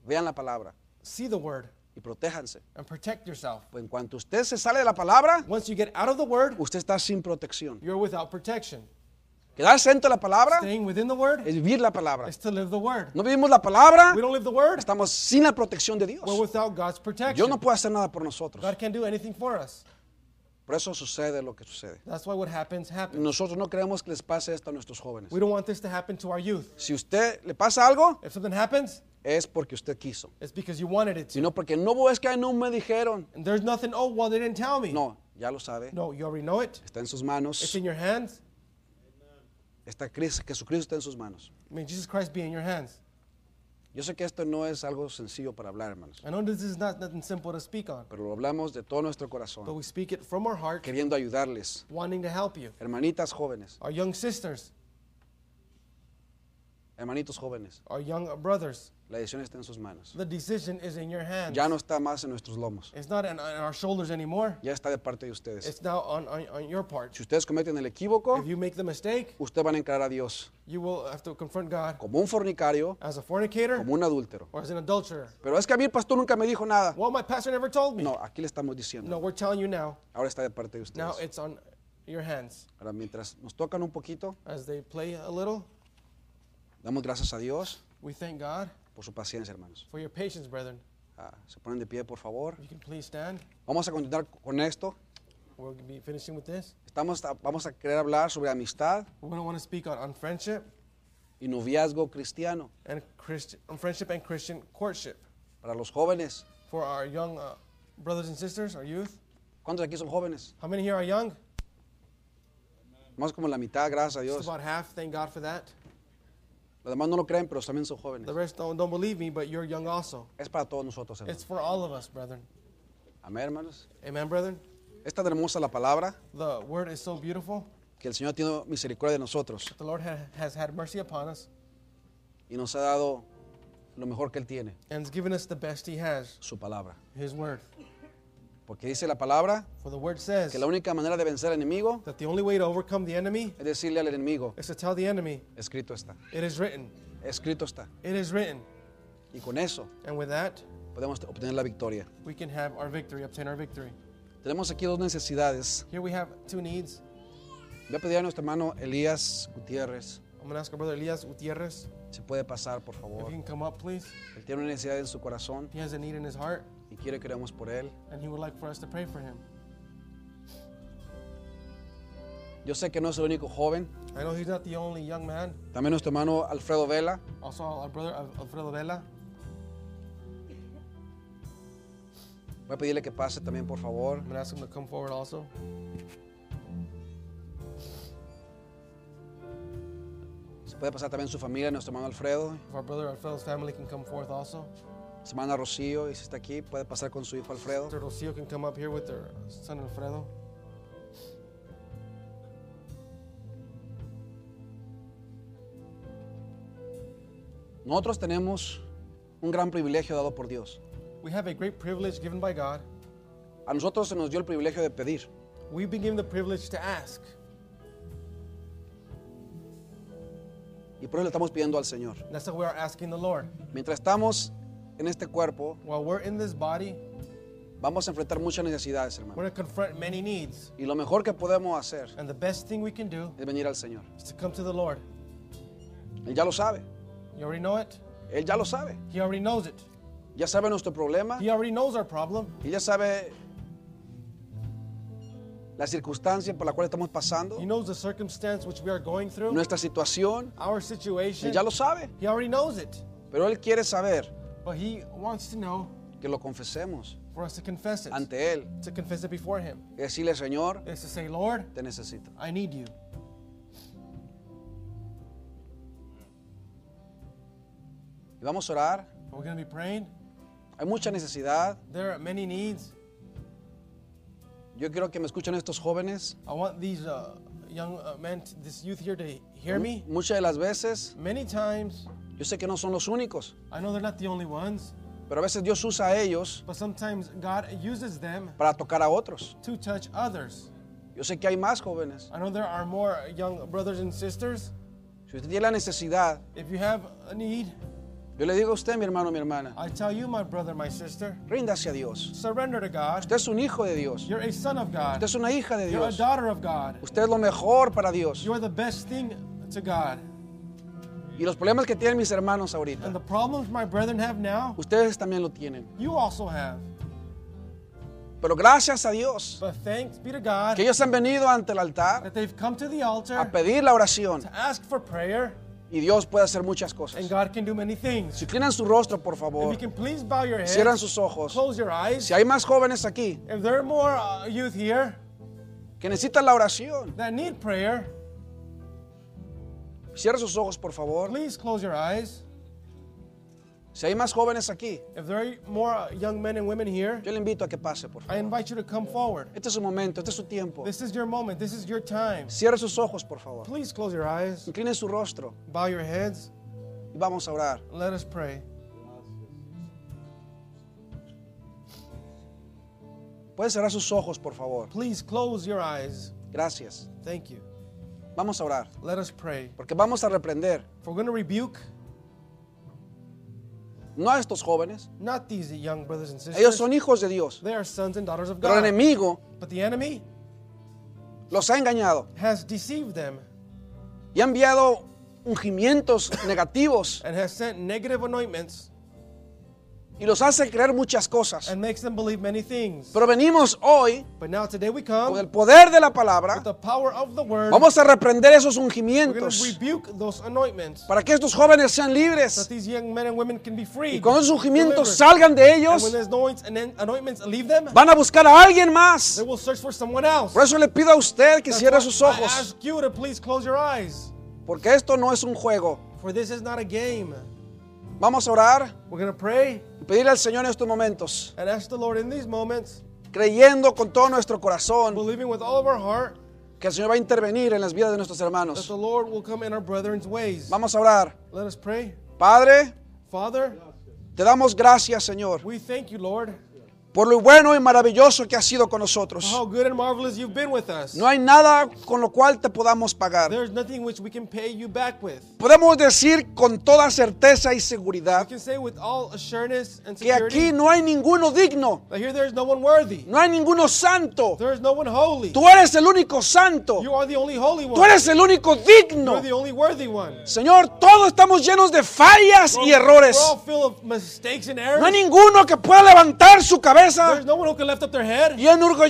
vean la palabra see the word, y protéjanse. and protect yourself. Pues en cuanto usted se sale de la palabra, Once you get out of the word, usted está sin protección. you're without protection. Quedarse dentro de la palabra Staying within the word es vivir la palabra. is to live the word. No vivimos la palabra, We don't live the word, estamos sin la protección de Dios. we're without Dios God's no protection. puede hacer nada por nosotros. God can't do anything for us. Por eso sucede lo que sucede. That's why what happens, happens. Nosotros no queremos que les pase esto a nuestros jóvenes. We don't want this to happen to our youth. Si usted le pasa algo, If something happens, es porque usted quiso. it's because you wanted it to. Sino porque no "Oh, es que "Ay, no me dijeron. And there's nothing, oh, well, they didn't tell me. No, ya lo sabe. No, you already know it. Está en sus It's manos. in your hands. Está Cris- Jesucristo está en sus manos. I mean, Jesus Christ be in your hands. Yo sé que esto no es algo sencillo para hablar, hermanos. I know this is not nothing simple to speak on, Pero lo hablamos de todo nuestro but corazón, we speak it from our heart, queriendo ayudarles. wanting to help you. Hermanitas jóvenes, Our young sisters, hermanitos jóvenes, our young brothers, la decisión está en sus manos. the decision is in your hands. Ya no está más en nuestros lomos. It's not on, on our shoulders anymore. Ya está de parte de ustedes. It's now on, on, on your part. Si ustedes cometen el equívoco, If you make the mistake, ustedes van a encarar a Dios you will have to confront God como un fornicario, as a fornicator como un adúltero. or as an adulterer. Pero es que a mí el pastor nunca me dijo nada. Well, my pastor never told me. No, aquí le estamos No, diciendo. we're telling you now. Ahora está de parte de Now ustedes. it's on your hands. Ahora, mientras nos tocan un poquito, As they play a little, damos gracias a Dios we thank God por su paciencia, hermanos. for your patience, brethren. Ah, se ponen de pie, por favor. If you can please stand, Vamos a continuar con esto. we'll be finishing with this. Estamos a- vamos a querer hablar sobre amistad We're going to want to speak on, on friendship y noviazgo cristiano and Christian, on friendship and Christian courtship para los jóvenes. for our young uh, brothers and sisters, our youth. ¿Cuántos aquí son jóvenes? How many here are young? Más como la mitad, gracias a Just Dios. about half. Thank God for that. Los demás no lo creen, pero también son jóvenes. The rest don't, don't believe me, but you're young also. Es para todos nosotros, hermanos. It's for all of us, brethren. Amén, hermanos. Amen, brethren. Es tan hermosa la palabra The word is so beautiful. que el Señor tiene misericordia de nosotros The Lord ha, has had mercy upon us y nos ha dado lo mejor que Él tiene, and has given us the best He has, su palabra. His word. Porque dice la palabra For the word says que la única manera de vencer al enemigo that the only way to overcome the enemy es decirle al enemigo, is to tell the enemy, escrito está, It is written. escrito está. It is written. Y con eso And with that, podemos obtener la victoria. we can have our victory, obtain our victory. Tenemos aquí dos necesidades. Here we have two needs. Voy a pedir a nuestro hermano Elías Gutiérrez I'm going to ask our brother Elias Gutierrez si puede pasar, por if favor. he can come up, please. Él tiene una necesidad en su corazón He has a need in his heart, y quiere que oremos por él. and he would like for us to pray for him. Yo sé que no es el único joven. I know he's not the only young man. También nuestro hermano Alfredo Vela. Also, our brother Al- Alfredo Vela. Voy a pedirle que pase también, por favor. I'm going to ask him to come forward also. Si puede pasar también su familia, nuestro hermano Alfredo, If our brother Alfredo's family can come forth also. su hermana Rocío, y si está aquí, puede pasar con su hijo Alfredo. Sister Rocio can come up here with their son Alfredo. Nosotros tenemos un gran privilegio dado por Dios. We have a great privilege given by God. A nosotros se nos dio el privilegio de pedir. We've been given the privilege to ask, Y por eso le estamos pidiendo al Señor. and that's what we are asking the Lord. Mientras estamos en este cuerpo, While we're in this body, vamos a enfrentar muchas necesidades, hermano. we're going to confront many needs, Y lo mejor que podemos hacer and the best thing we can do es venir al Señor. is to come to the Lord. Él ya lo sabe. You already know it. Él ya lo sabe. He already knows it. Ya sabe nuestro problema. He already knows our problem. Y ya sabe la circunstancia por la cual estamos pasando, He knows the circumstance which we are going through, nuestra situación. our Él situation. ya lo sabe. He already knows it, Pero Él quiere saber but he wants to know que lo confesemos for us to confess it, ante Él. to confess it before him, Y decirle, Señor, is to say, Lord, te necesito. I need you. Y vamos a orar. We're going to be praying. Hay mucha necesidad. There are many needs. Yo quiero que me escuchen estos jóvenes. I want these uh, young uh, men, t- this youth here, to hear me. Muchas de las veces, Many times, yo sé que no son los únicos, I know they're not the only ones, pero a veces Dios usa a ellos but sometimes God uses them para tocar a otros. to touch others. Yo sé que hay más jóvenes. I know there are more young brothers and sisters. Si usted tiene la necesidad, If you have a need, yo le digo a usted, mi hermano, mi hermana, I tell you, my brother, my sister, ríndase a Dios. surrender to God. Usted es un hijo de Dios. You're a son of Usted God. es una hija de You're a Dios. daughter of God. Usted es lo mejor para Dios. You're the best thing to God. Y los problemas que tienen mis hermanos And ahorita, the problems my brethren have now, ustedes también lo tienen. you also have. Pero gracias a Dios But thanks be to God. que ellos han venido ante el altar that they've come to the a altar pedir la oración to ask for prayer, y Dios puede hacer muchas and cosas. God can do many things. Si inclinan su rostro, por If you favor, can please bow your cierran head, sus ojos. close your eyes. Si hay más jóvenes aquí If there are more uh, youth here que necesitan la oración, that need prayer, cierren sus ojos, por favor. please close your eyes. Si hay más jóvenes aquí, If there are more uh, young men and women here, yo le invito a que pase, por favor. I invite you to come forward. Este es su momento, este es su tiempo. This is your moment. This is your time. Cierren sus ojos, por favor. Please close your eyes, Inclinen su rostro bow your heads, y vamos a orar. and let us pray. Pueden cerrar sus ojos, por favor. Please close your eyes. Gracias. Thank you. Vamos a orar. Let us pray. Porque vamos a reprender, If we're going to rebuke no a estos jóvenes, not these young brothers and ellos sisters, son hijos de Dios, they are sons and daughters of pero el God. enemigo But the enemy los ha engañado has deceived them y ha enviado *laughs* ungimientos negativos and has sent negative anointments y los hace creer muchas cosas. and makes them believe many things. Pero venimos hoy But now today we con el come poder de la palabra, with the power of the word. vamos a reprender esos We're going to ungimientos rebuke those anointments para que estos jóvenes sean that libres these young men and women can be free. y cuando esos delivered. ungimientos salgan de And ellos, when those anoints- and then anointments leave them, van a buscar a alguien they más. will search for someone else. Por eso le pido a usted que That's cierre why sus I ojos, ask you to please close your eyes, porque esto no es un juego. for this is not a game. Vamos a orar We're going to pray y pedirle al Señor en estos momentos. and ask the Lord in these moments, creyendo con todo nuestro corazón believing with all of our heart, que el Señor va a intervenir en las vidas de nuestros that hermanos. the Lord will come in our brethren's ways. Vamos a orar. Let us pray. Padre, Father, te damos gracias, Señor, we thank you, Lord, por lo bueno y maravilloso que has sido con for nosotros. how good and marvelous you've been with us. No hay nada con lo cual te podamos pagar. There's nothing which we can pay you back with. Podemos decir con toda certeza y We seguridad can say with all assurance and que security aquí no hay ninguno digno, that here there is no one worthy. no hay ninguno santo. There is no one holy. Tú eres el único santo, You are the only holy tú one. eres el único You're digno. the only worthy one. Señor, todos estamos llenos de fallas y errores. We're all filled of mistakes and No hay errors. ninguno que pueda levantar su cabeza There's no one who can lift up their head y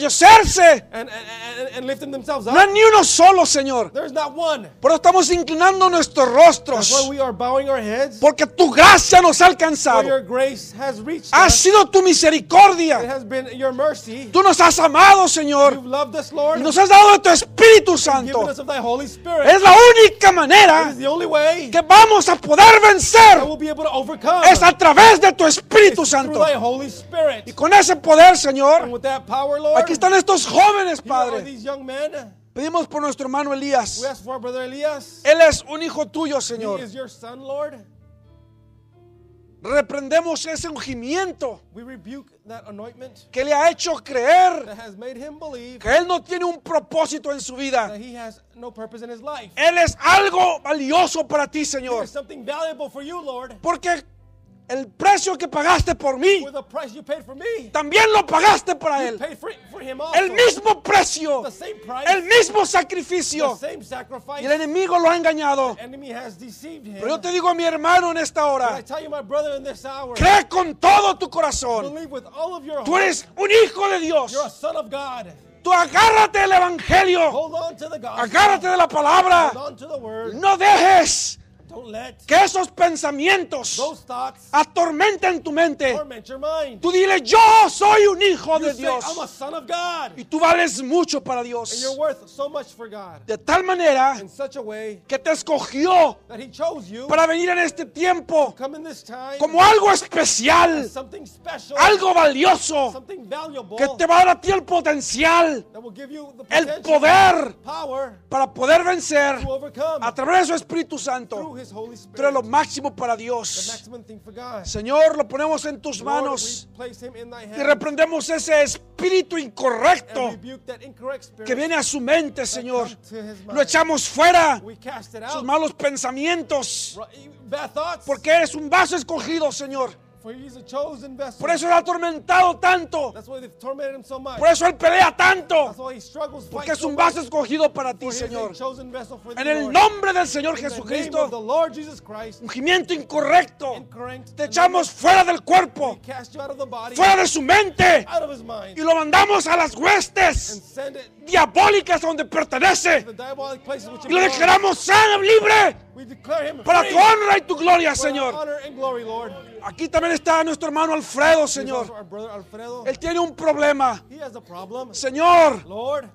enorgullecerse. and, and, and, and lift themselves No up. hay ni uno solo, Señor. There's not one. Pero estamos inclinando nuestros That's why rostros we are bowing our heads. porque tu gracia nos ha For alcanzado. your grace has reached Ha us. sido tu It misericordia. has been your mercy. Tú nos has amado, Señor. You've loved us, Lord. Y nos has dado de tu Espíritu Given Santo. us of thy Holy Spirit. Es la única It manera is the only way que vamos a poder that vencer. we'll be able to overcome. Es a través de tu Espíritu It's through Santo. thy Holy Spirit. Y con ese poder, And Señor, with that power, Lord, aquí están estos jóvenes, here are Padre. these young men. Pedimos por nuestro hermano Elías. We ask for our brother Elias. Él es un hijo tuyo, He Señor. is your son, Lord. Reprendemos ese ungimiento We rebuke that anointment que le ha hecho creer that has made him believe que él no tiene un propósito en su vida. that he has no purpose in his life. Él es algo valioso para ti, There Señor. is something valuable for you, Lord. Porque el precio que pagaste por mí, With the price you paid for me, también lo pagaste para you él. paid for, for him also. El mismo precio, the same price, el mismo the sacrificio. same Y sacrifice. el enemigo lo ha engañado. enemy has deceived him. Pero yo te digo a mi hermano en esta I hora, tell you, my brother, in this hour, cree con todo tu corazón. believe with all of your heart. Tú eres un hijo de Dios. You're a son of God. Tú agárrate del evangelio. Hold on to the gospel. Agárrate de la palabra. Hold on to the word. No dejes Don't let que esos pensamientos those thoughts atormenten tu mente. torment your mind. Tú dile, yo soy un hijo You de say, Dios. I'm a son of God. Y tú vales mucho para And Dios. you're worth so much for God. De tal manera In such a way que te escogió that he chose you. para venir en este tiempo Come in this time. como algo especial, Something special. algo valioso, Something valuable. que te va a dar a ti el potencial, That will give you the el potential, poder power para poder vencer to overcome a través de su Espíritu through Santo. his Tú Holy eres Spirit. lo máximo para The Dios. maximum thing for God. Señor, lo ponemos en tus Lord, we manos place him in thy y hand reprendemos ese espíritu and incorrecto rebuke that incorrect spirit. que viene a su mente, Señor. comes to his mind. Lo echamos fuera, We cast it sus out. malos pensamientos, Ru- Bad thoughts. porque eres un vaso escogido, Señor. For he's a chosen vessel. Por eso él ha atormentado tanto, That's why they've tormented him so much. por eso él pelea tanto, That's why he struggles porque es fights so un much. vaso escogido para ti, For he is a Señor. chosen vessel for En the el Lord. nombre del Señor In the name of the Jesucristo, Lord Jesus Christ. ungimiento incorrecto, Incorrect. te echamos fuera del We cuerpo, cast you out of the body. fuera de su mente Out of his y mind. lo mandamos a las And huestes send it to diabólicas a donde pertenece. the diabolic places y which lo belongs. declaramos sano, libre, We declare him para free. tu honra y tu gloria, For our Señor. honor and glory, Lord. Aquí también está nuestro hermano Alfredo, Here's also Señor. Our brother Alfredo. Él tiene un problema. He has a problem. Señor, Lord,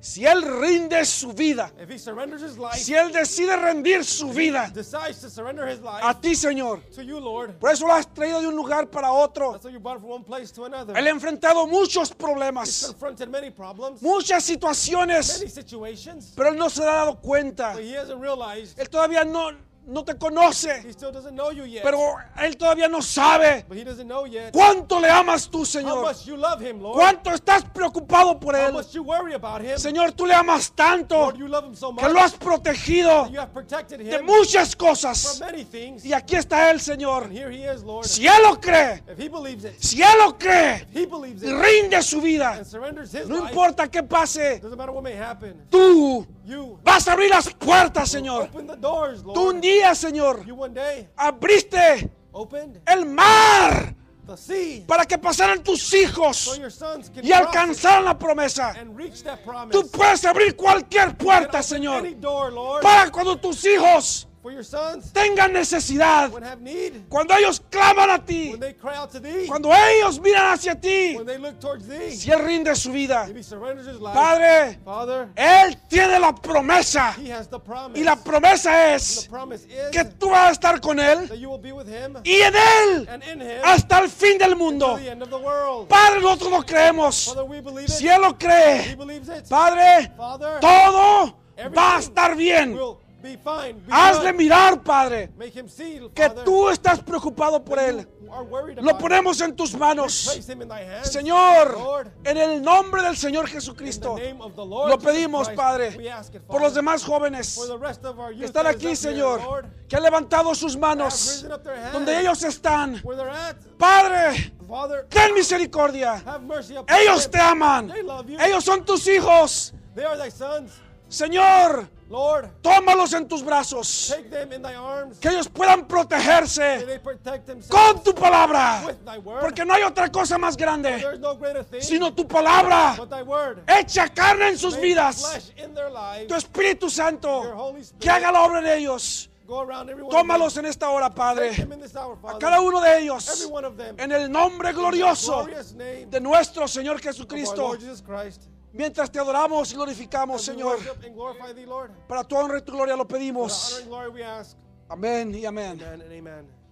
si él rinde su vida, if he surrenders his life, si él decide rendir su vida decides to surrender his life a ti, Señor, to you, Lord, por eso lo has traído de un lugar para otro. that's how you brought him from one place to another. Él ha enfrentado muchos He's problemas, confronted many problems, muchas situaciones, many situations, pero él no se ha dado cuenta. but he hasn't realized. Él todavía no, no te conoce, He still doesn't know you yet. pero él todavía no sabe but he doesn't know yet cuánto le amas tú, how Señor. much you love him, Lord. ¿Cuánto estás preocupado por How él? much you worry about him. Señor, tú le amas tanto Lord, you love him so much. que lo has protegido you have protected de him muchas from cosas. many things. Y aquí está él, And Señor. here he is, Lord. Si él lo cree, If he believes it, si él lo cree he believes y it rinde su vida, and surrenders his no life. importa qué pase, Doesn't matter what may happen. tú You vas a abrir las puertas, Señor. open the doors, Tú un Lord. día, Señor, You one day abriste opened el mar the sea para que pasaran tus so hijos your sons can y cross it alcanzaran la promesa. and reach that promise. Tú puedes abrir cualquier You can puerta, open Señor. Any door, Lord, para cuando tus hijos for your sons tengan necesidad, when have need, cuando ellos claman a ti, when they cry out to thee, cuando ellos miran hacia ti, when they look towards thee, si él rinde su vida. if he surrenders his life, Padre, Father, él tiene la promesa he has the promise. y la promesa the es promise is que tú vas a estar con él that you will be with him y en él and in him hasta el fin del till mundo. the end of the world. Padre, nosotros lo creemos. Father, we believe it. Si él lo he cree, believes it. Padre, Father, todo va a estar bien. will Be fine. Be Hazle fine. mirar, Padre, Make him see, que Father. tú estás preocupado por él. You are worried Lo about him. ponemos en tus manos. Place him in thy hands. Señor, Lord, en el nombre del Señor in the Jesucristo, name of the Lord lo Jesus pedimos, Christ, Padre, we ask it, por los Father. demás jóvenes For the rest of our youth que están that is aquí, up here, Lord, Señor, que han levantado sus manos, donde ellos están. where they're at, Padre, Father, ten misericordia. have mercy upon Ellos them. te aman. They love you. Ellos son tus hijos. They are thy sons. Señor, Lord, tómalos en tus brazos. take them in thy arms. Que ellos puedan May protegerse they protect themselves con tu palabra. with thy word. Porque no hay otra cosa más grande, there is no greater thing sino tu palabra. but thy word. Echa carne en sus Make vidas. flesh in their lives. Tu Espíritu Your Santo, Holy Spirit. que haga la obra en ellos. Go around everyone. Tómalos en esta hora, Take them Padre. in this hour, Father. Cada uno de ellos, Every one of them. en el nombre glorioso Glorious name de nuestro Señor of our Jesucristo. Lord Jesus Christ. Mientras te adoramos y As glorificamos, we Señor, worship and glorify thee, Lord. para tu honra y tu gloria lo For the honor pedimos. and glory we ask. Amén y amén. Amen and amen.